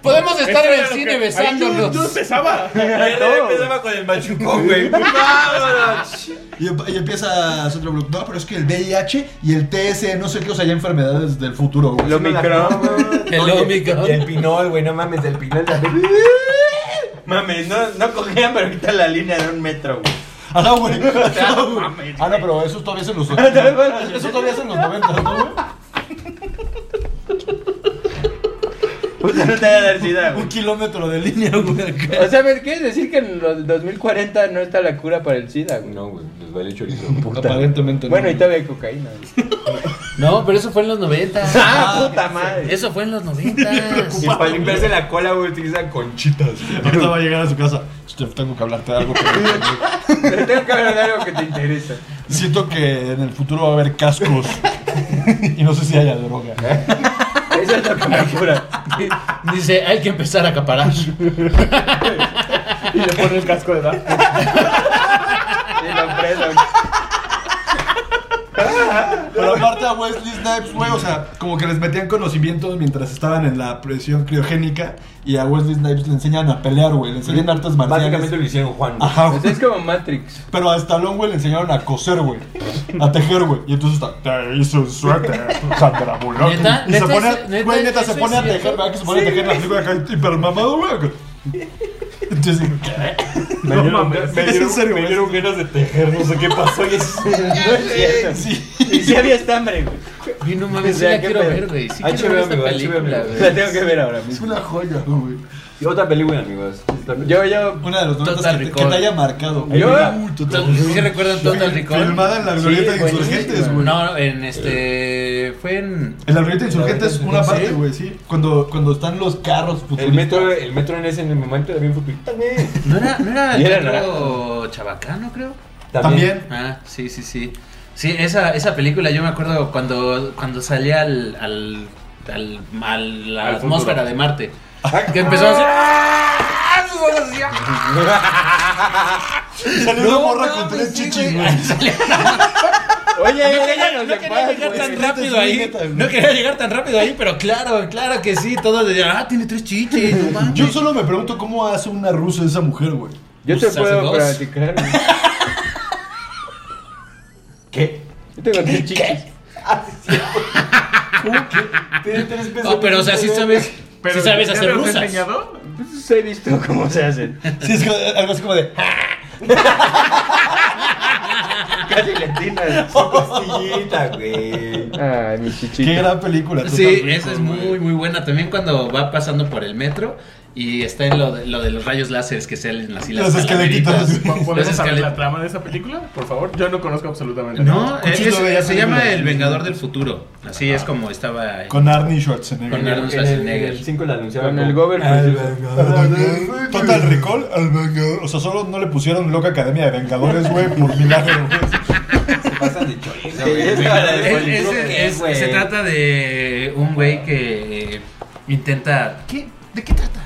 [SPEAKER 1] Podemos estar en el cine besándonos.
[SPEAKER 5] Yo empezaba.
[SPEAKER 3] empezaba con el machucón, güey. ¡Vámonos!
[SPEAKER 4] Y, emp- y empieza Sandra Bullock, no, pero es que el VIH y el TS, no sé qué, o sea, ya enfermedades del futuro, güey.
[SPEAKER 2] Lo micro.
[SPEAKER 1] El
[SPEAKER 3] Oye,
[SPEAKER 1] Omicron.
[SPEAKER 3] Y el pinol, güey, no mames, el pinol también.
[SPEAKER 2] Mames, no, no cogían, pero ahorita la línea de un metro, güey.
[SPEAKER 4] Ah, no, güey. Ah, no, güey. Ah, no, pero eso todavía es en los 80. Ah, Eso todavía es en los 90, ¿no, güey?
[SPEAKER 2] Puta, no te vaya a dar sida, güey.
[SPEAKER 4] Un kilómetro de línea, güey. acá.
[SPEAKER 2] O sea, ¿me quieres decir que en los 2040 no está la cura para el SIDA, güey?
[SPEAKER 3] No, güey, les vale chorizo.
[SPEAKER 4] Aparentemente. no,
[SPEAKER 2] Bueno, y
[SPEAKER 4] güey.
[SPEAKER 2] todavía hay cocaína. güey.
[SPEAKER 1] No, pero eso fue en los 90.
[SPEAKER 2] ¡Ah, puta madre!
[SPEAKER 1] Eso fue en los 90.
[SPEAKER 3] Y para limpiarse la cola, güey, utilizan conchitas.
[SPEAKER 4] Ahorita va a llegar a su casa. Steph, tengo que hablarte de algo. que me interesa".
[SPEAKER 2] Pero tengo que hablar de algo que te interesa.
[SPEAKER 4] Siento que en el futuro va a haber cascos. y no sé si haya droga.
[SPEAKER 2] Eso es lo que me cura.
[SPEAKER 1] Dice, hay que empezar a acaparar.
[SPEAKER 5] Y le pone el casco de edad.
[SPEAKER 2] Y lo preso.
[SPEAKER 4] Pero aparte a Wesley Snipes, güey, o sea, como que les metían conocimientos mientras estaban en la presión criogénica y a Wesley Snipes le enseñan a pelear, güey, le enseñan artes marciales.
[SPEAKER 3] Básicamente lo hicieron Juan. güey.
[SPEAKER 4] Ajá,
[SPEAKER 2] Pues
[SPEAKER 4] güey.
[SPEAKER 2] es como Matrix.
[SPEAKER 4] Pero a Stallone, güey, le enseñaron a coser, güey. A tejer, güey. Y entonces está, te hizo un suéter, Sandra Bullock.
[SPEAKER 1] ¿Neta?
[SPEAKER 4] Y se
[SPEAKER 1] ¿Neta
[SPEAKER 4] pone,
[SPEAKER 1] es- neta
[SPEAKER 4] güey, neta,
[SPEAKER 1] es-
[SPEAKER 4] se
[SPEAKER 1] eso
[SPEAKER 4] pone
[SPEAKER 1] es
[SPEAKER 4] a tejer,
[SPEAKER 1] cierto?
[SPEAKER 4] ¿verdad? Que se pone a tejer la película acá hipermamado, güey. Entonces, ¿qué?
[SPEAKER 5] Me
[SPEAKER 4] No
[SPEAKER 5] dieron-
[SPEAKER 4] mames,
[SPEAKER 5] me
[SPEAKER 4] es en
[SPEAKER 5] dieron-
[SPEAKER 4] serio,
[SPEAKER 5] me
[SPEAKER 4] güey.
[SPEAKER 5] dieron ganas de tejer, no sé qué pasó. Y es-
[SPEAKER 4] Sí.
[SPEAKER 2] Y si había estambre, güey.
[SPEAKER 1] Ay, no mames, sí
[SPEAKER 2] O sea,
[SPEAKER 1] la
[SPEAKER 2] qué
[SPEAKER 1] quiero
[SPEAKER 2] pedo.
[SPEAKER 1] ver, güey. Sí quiero ver
[SPEAKER 2] HBO,
[SPEAKER 1] esta
[SPEAKER 2] amigo,
[SPEAKER 1] película,
[SPEAKER 2] HBO.
[SPEAKER 1] güey.
[SPEAKER 2] La tengo que ver ahora
[SPEAKER 4] Es
[SPEAKER 2] mismo.
[SPEAKER 4] una joya, güey.
[SPEAKER 3] Y otra película, amigos. Esta película.
[SPEAKER 2] Yo, yo.
[SPEAKER 4] Una de los noventas
[SPEAKER 1] Total
[SPEAKER 4] que, te- que
[SPEAKER 1] Recall.
[SPEAKER 4] te haya marcado, güey.
[SPEAKER 2] Yo-
[SPEAKER 4] Uy, Total
[SPEAKER 1] Entonces, ¿Sí se
[SPEAKER 4] Recall.
[SPEAKER 1] recuerdan Total Recall?
[SPEAKER 4] Filmada en la
[SPEAKER 2] Sí,
[SPEAKER 4] glorieta de
[SPEAKER 2] buenísima.
[SPEAKER 4] insurgentes, güey.
[SPEAKER 1] No, no, en este. Fue en.
[SPEAKER 4] En la glorieta de insurgentes,
[SPEAKER 1] La
[SPEAKER 4] una
[SPEAKER 1] glorieta de
[SPEAKER 4] parte, güey, sí. Cuando, cuando están los carros
[SPEAKER 3] El metro,
[SPEAKER 4] futuristas.
[SPEAKER 3] el metro en ese momento también fue también.
[SPEAKER 1] No era, no era
[SPEAKER 3] Y
[SPEAKER 1] el
[SPEAKER 3] era
[SPEAKER 1] otro chabacano, creo.
[SPEAKER 4] También.
[SPEAKER 1] Ah, sí, sí, sí. Sí, esa, esa película yo me acuerdo cuando, cuando salía al, al, al, a la
[SPEAKER 5] Al futuro. Ah,
[SPEAKER 1] atmósfera de Marte. Que empezó a hacer...
[SPEAKER 4] Sale una morra con tres chichis, güey.
[SPEAKER 2] Oye,
[SPEAKER 1] No
[SPEAKER 2] ya
[SPEAKER 1] quería,
[SPEAKER 2] nos
[SPEAKER 1] no quería
[SPEAKER 2] separas,
[SPEAKER 1] llegar
[SPEAKER 2] güey.
[SPEAKER 1] tan rápido ahí. No quería llegar tan rápido ahí, pero claro, claro que sí. Todos de ah, tiene tres chichis. no mames".
[SPEAKER 4] Yo solo me pregunto cómo hace una rusa esa mujer, güey.
[SPEAKER 2] Yo te
[SPEAKER 1] Pues, hace
[SPEAKER 2] puedo
[SPEAKER 1] dos.
[SPEAKER 2] platicar. güey.
[SPEAKER 4] ¿Qué?
[SPEAKER 2] Yo tengo tres chichis.
[SPEAKER 4] ¿Cómo que? Tiene tres pesos.
[SPEAKER 1] Ah. No, pero o sea, sí sabes, sí sabes
[SPEAKER 5] ¿ya
[SPEAKER 1] hacer
[SPEAKER 5] te lo has
[SPEAKER 1] rusas.
[SPEAKER 5] enseñado?
[SPEAKER 2] Pues he visto cómo se hacen.
[SPEAKER 4] Sí, es como- algo así como de.
[SPEAKER 2] Casi latinas.
[SPEAKER 3] Costillita, güey.
[SPEAKER 2] Ay, mi
[SPEAKER 4] Qué
[SPEAKER 2] chichita.
[SPEAKER 4] gran película. Total
[SPEAKER 1] Sí,
[SPEAKER 4] Recall,
[SPEAKER 1] esa es muy,
[SPEAKER 4] güey.
[SPEAKER 1] muy buena. También cuando va pasando por el metro y está en lo de, lo de los rayos láseres que salen así las
[SPEAKER 4] Las escaletitas,
[SPEAKER 1] calaveritas.
[SPEAKER 4] güey.
[SPEAKER 1] Las
[SPEAKER 5] ¿Podemos saber la
[SPEAKER 1] escaletas.
[SPEAKER 5] trama de esa película? Por favor, yo no eh, conozco absolutamente nada.
[SPEAKER 1] No,
[SPEAKER 4] Cuchillo
[SPEAKER 1] es-
[SPEAKER 4] de Bellas
[SPEAKER 1] se llama
[SPEAKER 4] Artes.
[SPEAKER 1] El Vengador del Futuro. Así es como estaba. ahí.
[SPEAKER 4] Con Arnie Schwarzenegger.
[SPEAKER 1] Con Arnold
[SPEAKER 3] Ah. En
[SPEAKER 1] Schwarzenegger.
[SPEAKER 3] el 5 la anunciaban.
[SPEAKER 2] Con el
[SPEAKER 3] como-
[SPEAKER 2] gober.
[SPEAKER 3] Al
[SPEAKER 2] pues,
[SPEAKER 4] Al Vengador. Total Recall al Vengador. O sea, solo no le pusieron loca Academia de Vengadores, güey, por milagro, güey.
[SPEAKER 3] Se pasan de chorizo,
[SPEAKER 2] Sí,
[SPEAKER 3] güey.
[SPEAKER 2] es
[SPEAKER 3] Venga,
[SPEAKER 2] para-
[SPEAKER 3] güey,
[SPEAKER 1] Es-
[SPEAKER 3] yo
[SPEAKER 1] es-
[SPEAKER 3] creo que
[SPEAKER 1] es-
[SPEAKER 3] es, güey.
[SPEAKER 1] se trata de un güey que eh, intenta. ¿Qué? ¿De qué trata?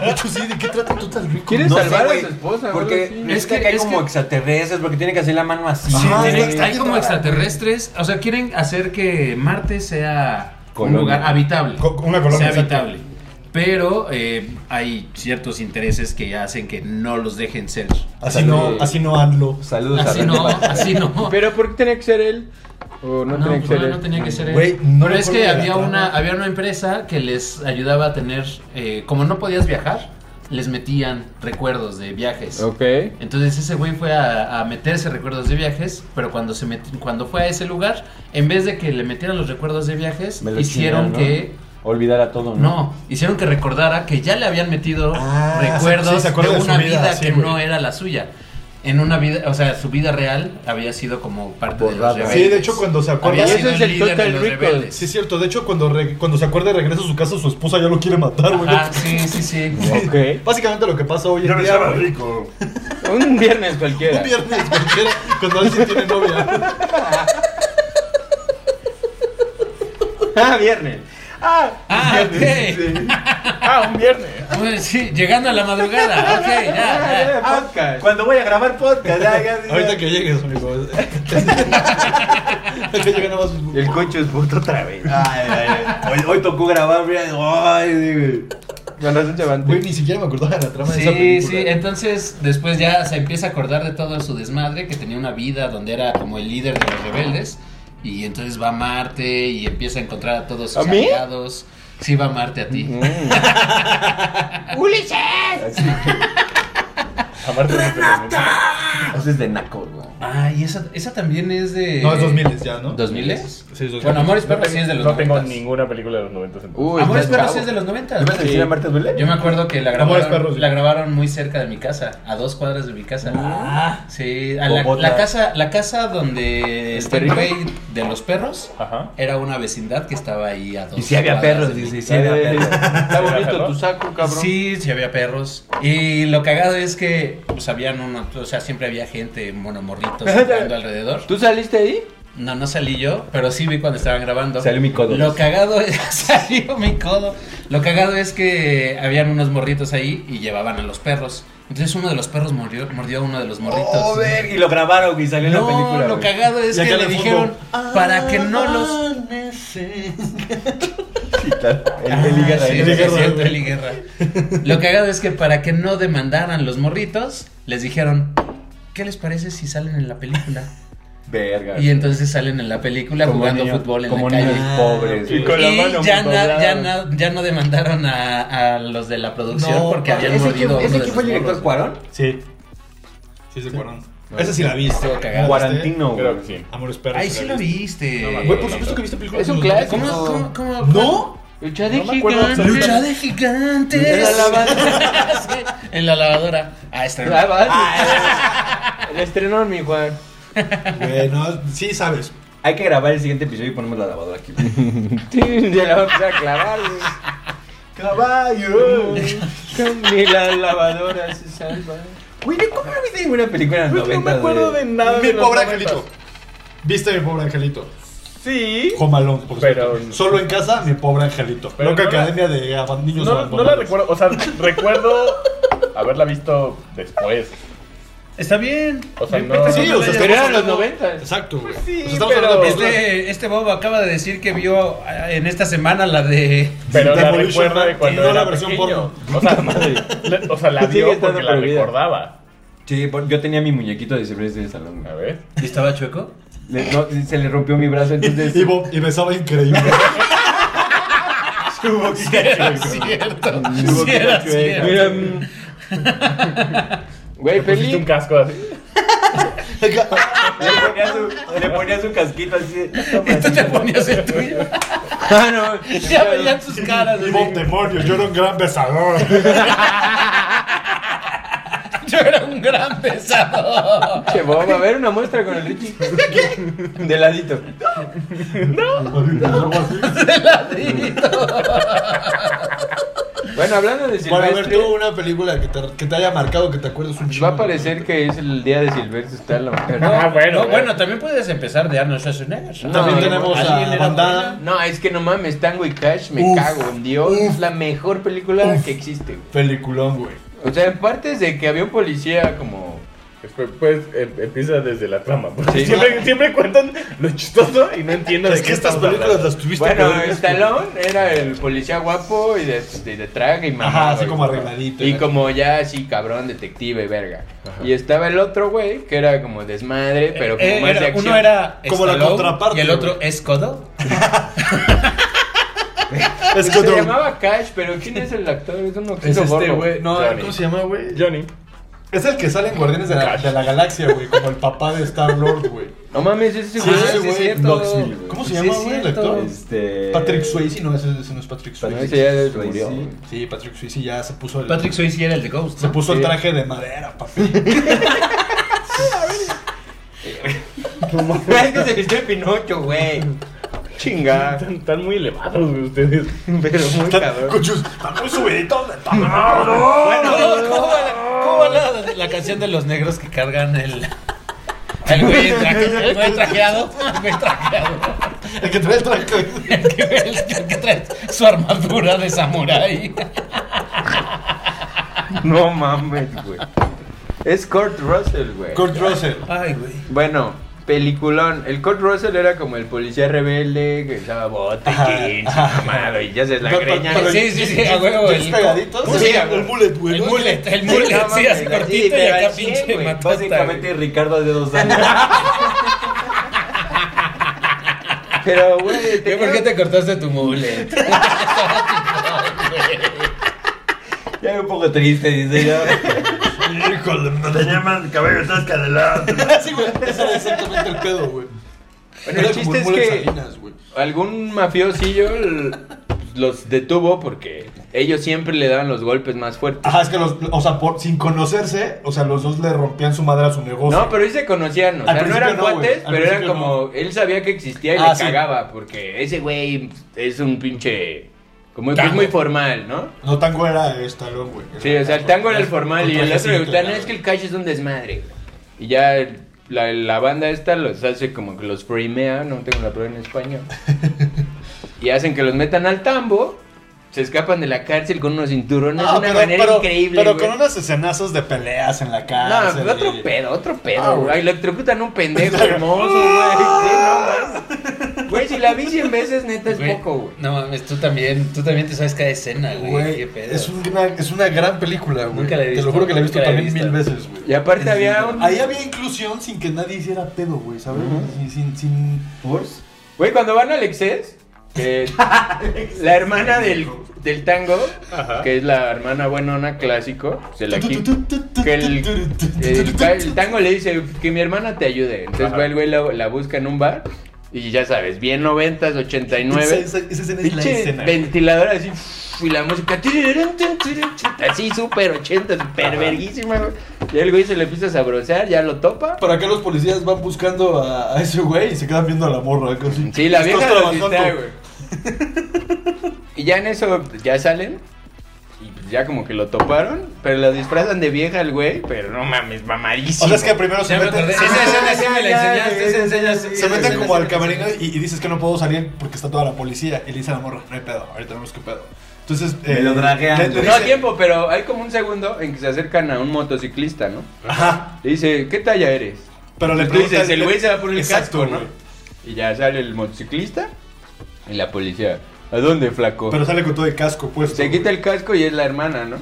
[SPEAKER 4] De hecho, sí, ¿de qué trata Total Recall?
[SPEAKER 2] ¿Quieres
[SPEAKER 3] No sé,
[SPEAKER 2] salvar a
[SPEAKER 3] güey,
[SPEAKER 2] tu esposa?
[SPEAKER 3] Porque es que, hay
[SPEAKER 1] es
[SPEAKER 3] como
[SPEAKER 1] que-
[SPEAKER 3] extraterrestres, porque tiene que hacer la mano así.
[SPEAKER 4] Sí,
[SPEAKER 3] güey.
[SPEAKER 4] tiene-
[SPEAKER 1] Hay como extraterrestres. O sea, quieren hacer que Marte sea un
[SPEAKER 3] Colonia.
[SPEAKER 1] lugar habitable.
[SPEAKER 4] Co- una colonia,
[SPEAKER 1] Sea
[SPEAKER 4] exacto.
[SPEAKER 1] habitable. Pero eh, hay ciertos intereses que hacen que no los dejen ser.
[SPEAKER 4] Así no, así no Anlo.
[SPEAKER 3] Saludos
[SPEAKER 1] Así
[SPEAKER 3] a
[SPEAKER 1] no, así no.
[SPEAKER 2] Pero ¿por qué tenía que ser él? ¿O no,
[SPEAKER 1] No,
[SPEAKER 2] tenía que
[SPEAKER 1] pues,
[SPEAKER 2] ser
[SPEAKER 1] no,
[SPEAKER 2] él?
[SPEAKER 1] no tenía que ser él.
[SPEAKER 4] Güey, no
[SPEAKER 1] Pero es
[SPEAKER 4] recuerdo
[SPEAKER 1] que
[SPEAKER 4] de la
[SPEAKER 1] había
[SPEAKER 4] trama.
[SPEAKER 1] una, había una empresa que les ayudaba a tener, eh, como no podías viajar, les metían recuerdos de viajes.
[SPEAKER 2] Ok.
[SPEAKER 1] Entonces ese güey fue a, a meterse recuerdos de viajes, pero cuando se met- cuando fue a ese lugar, en vez de que le metieran los recuerdos de viajes,
[SPEAKER 3] Me lo
[SPEAKER 1] hicieron
[SPEAKER 3] chingaron, ¿no?
[SPEAKER 1] que
[SPEAKER 3] Olvidar a todo, ¿no?
[SPEAKER 1] no, hicieron que recordara que ya le habían metido
[SPEAKER 4] Ah, sí,
[SPEAKER 1] recuerdos
[SPEAKER 4] se
[SPEAKER 1] de
[SPEAKER 4] acuerda de su
[SPEAKER 1] una vida,
[SPEAKER 4] vida, sí,
[SPEAKER 1] que
[SPEAKER 4] güey.
[SPEAKER 1] no era la suya. En una vida, o sea, su vida real había sido como parte
[SPEAKER 3] Borrada.
[SPEAKER 1] de los
[SPEAKER 4] Sí,
[SPEAKER 1] rebeldes.
[SPEAKER 4] de hecho, cuando se acuerda.
[SPEAKER 1] Había
[SPEAKER 2] Ese
[SPEAKER 1] sido
[SPEAKER 2] es el
[SPEAKER 1] líder de
[SPEAKER 2] Total
[SPEAKER 1] los
[SPEAKER 2] Recall.
[SPEAKER 1] rebeldes.
[SPEAKER 4] Sí, es cierto. De hecho, cuando, re- cuando se acuerda de regreso a su casa, su esposa ya lo quiere matar, güey.
[SPEAKER 1] Ajá, Ah, sí, sí, sí.
[SPEAKER 2] Ok.
[SPEAKER 4] Básicamente lo que pasa hoy en día,
[SPEAKER 5] estaba
[SPEAKER 4] güey.
[SPEAKER 5] rico.
[SPEAKER 2] Un viernes cualquiera.
[SPEAKER 4] Un viernes cualquiera, cuando alguien tiene novia.
[SPEAKER 2] Ah, viernes.
[SPEAKER 1] Ah, ok.
[SPEAKER 5] Ah, un viernes.
[SPEAKER 1] Pues sí, llegando a la madrugada. Ok, ya. ya.
[SPEAKER 2] Ah, podcast.
[SPEAKER 3] Cuando voy a grabar podcast, ya, ya, ya.
[SPEAKER 4] Ahorita que llegues, amigo. que llegue nada más.
[SPEAKER 3] El coche es puto otra vez. Ay, ay, ay. Hoy, hoy tocó grabar, mira. Ay, sí,
[SPEAKER 2] Con razón se van.
[SPEAKER 4] Güey, ni siquiera me acordaba de la trama de esa
[SPEAKER 1] Sí,
[SPEAKER 4] película.
[SPEAKER 1] sí, entonces después ya se empieza a acordar de todo su desmadre, que tenía una vida donde era como el líder de los rebeldes, y entonces va a Marte y empieza a encontrar a todos sus
[SPEAKER 2] ¿A mí?
[SPEAKER 1] aliados. Sí, va a Marte a ti.
[SPEAKER 3] güey. Así,
[SPEAKER 5] Aparte de
[SPEAKER 3] haces de naco, güey.
[SPEAKER 1] Ah, y esa, esa también es de...
[SPEAKER 4] No, es 2000 ya, ¿no?
[SPEAKER 1] ¿Dos miles?
[SPEAKER 4] Sí, es 2000.
[SPEAKER 1] Bueno, Amores Perros sí es de los
[SPEAKER 5] No tengo
[SPEAKER 1] noventas. Uh.
[SPEAKER 5] ninguna película de los 90. entonces.
[SPEAKER 2] Uy,
[SPEAKER 1] Amores
[SPEAKER 2] está
[SPEAKER 1] Perros
[SPEAKER 2] chavo.
[SPEAKER 1] sí es de los noventas.
[SPEAKER 3] ¿Le vas a decir a Marta Duele?
[SPEAKER 1] Yo me acuerdo que la
[SPEAKER 4] Amores
[SPEAKER 1] grabaron,
[SPEAKER 4] Perros,
[SPEAKER 1] la
[SPEAKER 4] sí.
[SPEAKER 1] grabaron muy cerca de mi casa, a dos cuadras de mi casa. Ah, Sí, a la,
[SPEAKER 3] Bogotá.
[SPEAKER 1] la casa, la casa donde está el
[SPEAKER 2] perrito?
[SPEAKER 1] güey de los perros
[SPEAKER 5] Ajá.
[SPEAKER 1] era una vecindad que estaba ahí a dos.
[SPEAKER 3] Y si había
[SPEAKER 1] cuadras
[SPEAKER 3] perros,
[SPEAKER 1] de mi-
[SPEAKER 3] dice, sí había
[SPEAKER 2] Eh,
[SPEAKER 3] perros.
[SPEAKER 2] Está bonito tu saco, cabrón.
[SPEAKER 1] Sí, sí había perros. Y lo cagado es que pues habían uno, o sea, siempre había gente, bueno, morritos jugando alrededor.
[SPEAKER 2] ¿Tú saliste ahí?
[SPEAKER 1] No, no salí yo, pero sí vi cuando estaban grabando.
[SPEAKER 3] Salió mi codo.
[SPEAKER 1] Lo cagado es, salió mi codo. Lo cagado es que habían unos morritos ahí y llevaban a los perros. Entonces uno de los perros mordió, mordió a uno de los morritos.
[SPEAKER 3] Oh, ver, y lo grabaron y salió en la
[SPEAKER 1] No,
[SPEAKER 3] película.
[SPEAKER 1] lo
[SPEAKER 3] güey.
[SPEAKER 1] cagado es
[SPEAKER 2] Y acá
[SPEAKER 1] que le
[SPEAKER 2] de fondo.
[SPEAKER 1] dijeron para que no los
[SPEAKER 3] El de Liga
[SPEAKER 1] Ah, sí,
[SPEAKER 2] Eli
[SPEAKER 1] sí,
[SPEAKER 3] de
[SPEAKER 2] Guerra,
[SPEAKER 1] es cierto,
[SPEAKER 2] güey.
[SPEAKER 1] Eli Guerra. Lo cagado es que para que no demandaran los morritos, les dijeron, ¿qué les parece si salen en la película?
[SPEAKER 3] Verga.
[SPEAKER 1] Y entonces salen en la película
[SPEAKER 3] Como
[SPEAKER 1] jugando
[SPEAKER 3] niño-
[SPEAKER 1] fútbol en la
[SPEAKER 3] como
[SPEAKER 1] calle. Ah,
[SPEAKER 3] niños pobres.
[SPEAKER 5] Y
[SPEAKER 3] güey.
[SPEAKER 5] con la mano
[SPEAKER 1] Y ya, na-
[SPEAKER 5] doblada.
[SPEAKER 1] ya na- ya no demandaron a, a los de la producción
[SPEAKER 4] No,
[SPEAKER 1] porque habían
[SPEAKER 3] ¿Ese
[SPEAKER 1] mordido.
[SPEAKER 3] quién-
[SPEAKER 1] a uno
[SPEAKER 3] ¿Ese
[SPEAKER 1] de
[SPEAKER 3] quién
[SPEAKER 1] los
[SPEAKER 3] fue el director
[SPEAKER 1] morros.
[SPEAKER 3] Cuarón?
[SPEAKER 4] Sí. Sí, se acuerdan. Esa sí la viste.
[SPEAKER 1] Estuvo cagado.
[SPEAKER 3] Guarantino, güey.
[SPEAKER 5] Creo que sí.
[SPEAKER 4] Amores perros.
[SPEAKER 1] Ay, sí lo viste.
[SPEAKER 4] Güey,
[SPEAKER 5] pues
[SPEAKER 4] por supuesto que viste películas.
[SPEAKER 6] Es un
[SPEAKER 4] de los
[SPEAKER 6] clásico.
[SPEAKER 1] ¿Cómo,
[SPEAKER 6] No.
[SPEAKER 1] cómo, cómo-
[SPEAKER 4] ¿No?
[SPEAKER 6] Lucha de
[SPEAKER 5] No me acuerdo
[SPEAKER 6] gigantes.
[SPEAKER 1] Lucha de gigantes.
[SPEAKER 6] En la
[SPEAKER 1] Sí, en la lavadora. Ah, está bien.
[SPEAKER 6] Ah, vale. El estrenó mi Juan.
[SPEAKER 4] Güey, no, sí sabes.
[SPEAKER 3] Hay que grabar el siguiente episodio y ponemos la lavadora aquí.
[SPEAKER 6] Sí, ya la va a empezar a clavar, güey.
[SPEAKER 4] Caballo.
[SPEAKER 6] Ni la lavadora se salva.
[SPEAKER 3] Güey, ¿cómo no viste ninguna película
[SPEAKER 1] Pues
[SPEAKER 3] en los 90?
[SPEAKER 5] No me acuerdo de nada.
[SPEAKER 4] Mi
[SPEAKER 5] de los
[SPEAKER 4] pobre
[SPEAKER 5] noventas.
[SPEAKER 4] angelito. ¿Viste mi pobre angelito?
[SPEAKER 5] Sí.
[SPEAKER 4] Home Alone, por
[SPEAKER 5] Pero-
[SPEAKER 4] cierto. Solo en casa, mi pobre angelito.
[SPEAKER 5] Pero
[SPEAKER 4] Loca
[SPEAKER 5] no la-
[SPEAKER 4] academia de aban- niños
[SPEAKER 5] No, no
[SPEAKER 4] abandonados.
[SPEAKER 5] la recuerdo. O sea, recuerdo haberla visto después.
[SPEAKER 1] Está bien.
[SPEAKER 5] O sea, no.
[SPEAKER 4] Sí, o sea,
[SPEAKER 6] Pero eran los
[SPEAKER 4] noventas.
[SPEAKER 6] 90.
[SPEAKER 4] Exacto, güey.
[SPEAKER 5] Pues sí,
[SPEAKER 4] O sea, estamos
[SPEAKER 5] pero-
[SPEAKER 4] hablando de películas-
[SPEAKER 1] Este, este Bobo acaba de decir que vio ah, en esta semana la de.
[SPEAKER 5] Pero la
[SPEAKER 4] Demolition
[SPEAKER 5] recuerda de
[SPEAKER 4] Man,
[SPEAKER 5] cuando
[SPEAKER 4] no
[SPEAKER 5] era
[SPEAKER 4] la versión
[SPEAKER 5] pequeño. O sea, le- o sea, la
[SPEAKER 3] Sigue
[SPEAKER 5] vio
[SPEAKER 3] estando
[SPEAKER 5] porque la
[SPEAKER 3] prohibida.
[SPEAKER 5] recordaba.
[SPEAKER 3] Sí, por- yo tenía mi muñequito de Ciberes de salón.
[SPEAKER 5] A
[SPEAKER 3] güey.
[SPEAKER 5] ver.
[SPEAKER 1] ¿Y estaba chueco?
[SPEAKER 3] Le- no, se le rompió mi brazo, entonces.
[SPEAKER 4] Y, bo- y besaba increíble. Su boquita chueca.
[SPEAKER 1] Cierto.
[SPEAKER 3] Tuvo
[SPEAKER 1] Sí,
[SPEAKER 3] que
[SPEAKER 1] era
[SPEAKER 3] chueca.
[SPEAKER 1] cierto.
[SPEAKER 3] Mira, mm,
[SPEAKER 6] Güey,
[SPEAKER 5] Pusiste un
[SPEAKER 6] peli.
[SPEAKER 5] casco así.
[SPEAKER 3] le, ponía su, le ponía su casquito así. de-
[SPEAKER 1] Y tú te ponías el tuyo.
[SPEAKER 3] Ah, no.
[SPEAKER 1] Ya veían sus caras.
[SPEAKER 4] Y
[SPEAKER 1] así.
[SPEAKER 4] bo- demonios, yo era un gran besador.
[SPEAKER 1] Yo era un gran pesado.
[SPEAKER 6] Che, boba, a ver una muestra con el Richie. De ladito.
[SPEAKER 4] Algo así.
[SPEAKER 6] Bueno, hablando de
[SPEAKER 4] Bueno, a ver,
[SPEAKER 6] Silvestre,
[SPEAKER 4] tú una película que te, que te haya marcado, que te acuerdes un chingo.
[SPEAKER 6] va a parecer que es el día de Silvestre Stallone. pero
[SPEAKER 1] No,
[SPEAKER 5] Ah, bueno,
[SPEAKER 1] bueno,
[SPEAKER 5] bueno.
[SPEAKER 1] bueno, también puedes empezar de Arnold Schwarzenegger.
[SPEAKER 6] No,
[SPEAKER 4] También
[SPEAKER 6] no,
[SPEAKER 4] tenemos
[SPEAKER 1] ¿Alguien
[SPEAKER 4] a
[SPEAKER 1] era
[SPEAKER 4] Bandana.
[SPEAKER 6] No, es que no mames, Tango y Cash, me
[SPEAKER 4] Uf,
[SPEAKER 6] cago en Dios.
[SPEAKER 4] uf,
[SPEAKER 6] es la mejor película
[SPEAKER 4] uf.
[SPEAKER 6] que existe, güey.
[SPEAKER 4] Peliculón, güey.
[SPEAKER 6] O sea, en partes de que había un policía como.
[SPEAKER 5] Después, pues em- empieza desde la trama. Porque
[SPEAKER 6] Sí.
[SPEAKER 5] siempre, siempre cuentan lo chistoso y no entiendo de
[SPEAKER 4] Es
[SPEAKER 5] qué
[SPEAKER 4] que estas
[SPEAKER 5] estamos
[SPEAKER 4] películas las
[SPEAKER 5] hablando.
[SPEAKER 4] tuviste que
[SPEAKER 6] Bueno,
[SPEAKER 4] ver.
[SPEAKER 6] Stallone era el policía guapo y de, este, de, de traga y mamado.
[SPEAKER 4] Ajá, así
[SPEAKER 6] güey.
[SPEAKER 4] como arregladito.
[SPEAKER 6] Y como ya así, cabrón, detective, verga. Y estaba el otro güey, que era como desmadre, pero como
[SPEAKER 1] Eh,
[SPEAKER 6] más
[SPEAKER 1] era-
[SPEAKER 6] de acción.
[SPEAKER 1] uno era
[SPEAKER 4] Como la
[SPEAKER 1] Stallone
[SPEAKER 4] contraparte,
[SPEAKER 1] y el otro
[SPEAKER 4] güey.
[SPEAKER 1] es Codo.
[SPEAKER 4] Es que
[SPEAKER 6] Se
[SPEAKER 4] otro-
[SPEAKER 6] llamaba Cash, pero ¿quién es el actor? Es un
[SPEAKER 4] Es
[SPEAKER 6] oxito
[SPEAKER 4] este,
[SPEAKER 6] gordo.
[SPEAKER 4] güey. No,
[SPEAKER 5] Johnny.
[SPEAKER 4] ¿cómo se llama, güey?
[SPEAKER 5] Johnny.
[SPEAKER 4] Es el que sale en Guardianes de la, de la Galaxia, güey. Como el papá de Star-Lord, güey.
[SPEAKER 6] No mames,
[SPEAKER 4] Sí,
[SPEAKER 6] ese güey.
[SPEAKER 4] ese
[SPEAKER 1] sí,
[SPEAKER 4] güey.
[SPEAKER 1] es cierto.
[SPEAKER 3] Knoxville, güey.
[SPEAKER 4] ¿Cómo se
[SPEAKER 1] Sí,
[SPEAKER 4] llama,
[SPEAKER 1] es
[SPEAKER 4] güey, el
[SPEAKER 1] cierto.
[SPEAKER 4] actor?
[SPEAKER 3] Este.
[SPEAKER 4] Patrick Swayze, no, ese, ese no es Patrick
[SPEAKER 6] No,
[SPEAKER 4] Swayze.
[SPEAKER 6] ese ya se
[SPEAKER 3] Swayze.
[SPEAKER 6] murió. güey.
[SPEAKER 4] Sí, Patrick Swayze ya se puso el,
[SPEAKER 1] Patrick Swayze era el de Ghost.
[SPEAKER 4] se
[SPEAKER 1] ¿no?
[SPEAKER 4] puso el
[SPEAKER 6] Sí.
[SPEAKER 4] traje de madera, papi.
[SPEAKER 6] Es que se vistió de Pinocho, güey. Chinga.
[SPEAKER 5] Están, están muy elevados, güey, ustedes.
[SPEAKER 6] Pero muy cabrón.
[SPEAKER 4] Con sus- Está muy subidito de tono.
[SPEAKER 1] Bueno, Oh, ¿cómo va la, cómo va la- la canción de los negros que cargan el. El güey, traje- el güey trajeado. El güey trajeado.
[SPEAKER 4] El que trae el traje.
[SPEAKER 1] El que, el que trae su armadura de samurái.
[SPEAKER 6] No mames, güey. Es Kurt Russell, güey.
[SPEAKER 4] Kurt Russell.
[SPEAKER 1] Ay, güey.
[SPEAKER 6] Bueno, peliculón. El Kurt Russell era como el policía rebelde que usaba bote,
[SPEAKER 4] Ajá,
[SPEAKER 6] jeans,
[SPEAKER 4] ajá.
[SPEAKER 6] mamado, y ya se la
[SPEAKER 4] Pa- pa-
[SPEAKER 6] greña.
[SPEAKER 4] pero
[SPEAKER 1] Sí,
[SPEAKER 4] el-
[SPEAKER 1] sí, sí, a huevo,
[SPEAKER 4] jeans
[SPEAKER 1] el-
[SPEAKER 4] pegaditos.
[SPEAKER 1] ¿cómo
[SPEAKER 4] Sí,
[SPEAKER 1] se llama?
[SPEAKER 4] El mullet, güey.
[SPEAKER 1] El
[SPEAKER 4] ¿no?
[SPEAKER 1] mullet, el
[SPEAKER 6] Sí,
[SPEAKER 1] mullet,
[SPEAKER 6] no
[SPEAKER 1] sí,
[SPEAKER 6] mames,
[SPEAKER 1] así cortito y
[SPEAKER 6] pero
[SPEAKER 1] acá
[SPEAKER 6] al cien,
[SPEAKER 1] pinche
[SPEAKER 6] güey.
[SPEAKER 1] matota,
[SPEAKER 3] Básicamente
[SPEAKER 1] güey.
[SPEAKER 3] Ricardo de dos años.
[SPEAKER 6] Pero, güey,
[SPEAKER 1] ¿Qué,
[SPEAKER 6] tenía-
[SPEAKER 1] ¿Por qué te cortaste tu mule?
[SPEAKER 3] ya era un poco triste, dice yo.
[SPEAKER 2] Híjole, me llaman cabello atrás que adelante.
[SPEAKER 4] Sí, güey. Ese era exactamente el pedo, güey.
[SPEAKER 6] Bueno, el
[SPEAKER 4] Era como
[SPEAKER 6] chiste
[SPEAKER 4] un
[SPEAKER 6] es
[SPEAKER 4] mullet
[SPEAKER 6] que
[SPEAKER 4] Salinas, güey.
[SPEAKER 6] algún mafiosillo l- los detuvo porque ellos siempre le daban los golpes más fuertes.
[SPEAKER 4] Ajá, es que los, o sea, por- sin conocerse, o sea, los dos le rompían su madre a su negocio.
[SPEAKER 6] No, pero sí se conocían, o
[SPEAKER 4] Al
[SPEAKER 6] sea, no
[SPEAKER 4] principio
[SPEAKER 6] eran
[SPEAKER 4] no, güey.
[SPEAKER 6] cuates,
[SPEAKER 4] Al
[SPEAKER 6] pero eran
[SPEAKER 4] principio
[SPEAKER 6] como, él sabía que existía y
[SPEAKER 4] Ah,
[SPEAKER 6] le
[SPEAKER 4] sí.
[SPEAKER 6] cagaba, porque ese güey es un pinche, como que es
[SPEAKER 1] Tango.
[SPEAKER 6] muy formal, ¿no?
[SPEAKER 4] No, Tango era Stallone, güey.
[SPEAKER 6] Sí, o sea, el tango era el formal y el otro
[SPEAKER 4] gustaba
[SPEAKER 6] le gustaba, no, es que el cash es un desmadre, güey. Y ya el- la, la banda esta los hace como que los framea, no tengo la prueba en español, y hacen que los metan al tambo, se escapan de la cárcel con unos cinturones
[SPEAKER 4] No,
[SPEAKER 6] de una manera increíble.
[SPEAKER 4] Pero
[SPEAKER 6] güey.
[SPEAKER 4] con unos escenazos de peleas en la
[SPEAKER 6] No,
[SPEAKER 4] cárcel.
[SPEAKER 6] pero otro
[SPEAKER 4] y-
[SPEAKER 6] pedo, otro pedo,
[SPEAKER 4] Ah,
[SPEAKER 6] güey.
[SPEAKER 4] güey.
[SPEAKER 6] Electrocutan un pendejo hermoso, güey. Sí, no más. Güey, si la vi 100 veces, neta, es
[SPEAKER 1] Güey,
[SPEAKER 6] poco, güey.
[SPEAKER 1] No mames, tú también, tú también te sabes cada escena, güey.
[SPEAKER 4] Güey,
[SPEAKER 1] qué pedo.
[SPEAKER 4] es una, es una gran película, güey.
[SPEAKER 1] Nunca la he
[SPEAKER 4] Te
[SPEAKER 1] visto,
[SPEAKER 4] lo juro que la he visto
[SPEAKER 1] nunca la he
[SPEAKER 4] también mil
[SPEAKER 1] visto.
[SPEAKER 4] veces, güey.
[SPEAKER 6] Y aparte había un...
[SPEAKER 4] Ahí había inclusión sin que nadie hiciera pedo, güey, ¿sabes? Sin- sin, sin,
[SPEAKER 6] Güey, cuando van al exes, que la hermana del, del tango, que es la hermana buenona clásico, se la quita. Que el, el ca- el tango le dice que mi hermana te ayude. Entonces
[SPEAKER 5] Ajá.
[SPEAKER 6] va el güey, la, la busca en un bar. Y ya sabes, bien 90s, 89.
[SPEAKER 4] Esa, esa- esa escena es la
[SPEAKER 6] Pinche
[SPEAKER 4] escena. güey.
[SPEAKER 6] ventilador así. Y la música. tirurun, tun, turun, chun, Así súper 80, súper verguísima, güey. Y el güey se le empieza a sabrosar, ya lo topa.
[SPEAKER 4] Para acá los policías van buscando a, a ese güey y se quedan viendo a la morra. Casi.
[SPEAKER 6] Sí, la
[SPEAKER 4] Estás
[SPEAKER 6] vieja lo
[SPEAKER 4] trabajando.
[SPEAKER 6] vistea, güey. Y ya en eso, pues, ya salen. Y pues ya como que lo toparon. Pero lo disfrazan de vieja al güey. Pero no mames, mamadísimo.
[SPEAKER 4] O sea, es que primero se
[SPEAKER 1] Ya me acordé.
[SPEAKER 4] meten,
[SPEAKER 1] Esa
[SPEAKER 4] se,
[SPEAKER 1] escena sí me la
[SPEAKER 3] ya,
[SPEAKER 1] enseñaste, esa escena sí.
[SPEAKER 4] se
[SPEAKER 1] esa
[SPEAKER 4] meten
[SPEAKER 1] escena
[SPEAKER 4] como
[SPEAKER 1] sí
[SPEAKER 4] al
[SPEAKER 1] me
[SPEAKER 4] camerino
[SPEAKER 1] enseñaste.
[SPEAKER 4] y, y dices que no puedo salir porque está toda la policía. Y le dice a la morra, no hay pedo, ahorita vemos qué pedo. Entonces, eh,
[SPEAKER 3] Me lo draguean,
[SPEAKER 4] le- le
[SPEAKER 3] güey.
[SPEAKER 6] No a
[SPEAKER 4] dice-
[SPEAKER 6] tiempo, pero hay como un segundo en que se acercan a un motociclista, ¿no?
[SPEAKER 4] Ajá.
[SPEAKER 6] Le dice, ¿qué talla eres?
[SPEAKER 4] Pero le
[SPEAKER 6] Pues tú dices,
[SPEAKER 4] preguntan-
[SPEAKER 6] el güey se va a poner el
[SPEAKER 4] Exacto,
[SPEAKER 6] casco, ¿no?
[SPEAKER 4] güey.
[SPEAKER 6] Y ya sale el motociclista. Y la policía, ¿a dónde, flaco?
[SPEAKER 4] Pero sale con todo el casco puesto.
[SPEAKER 6] Se quita
[SPEAKER 4] güey.
[SPEAKER 6] el casco y es la hermana, ¿no?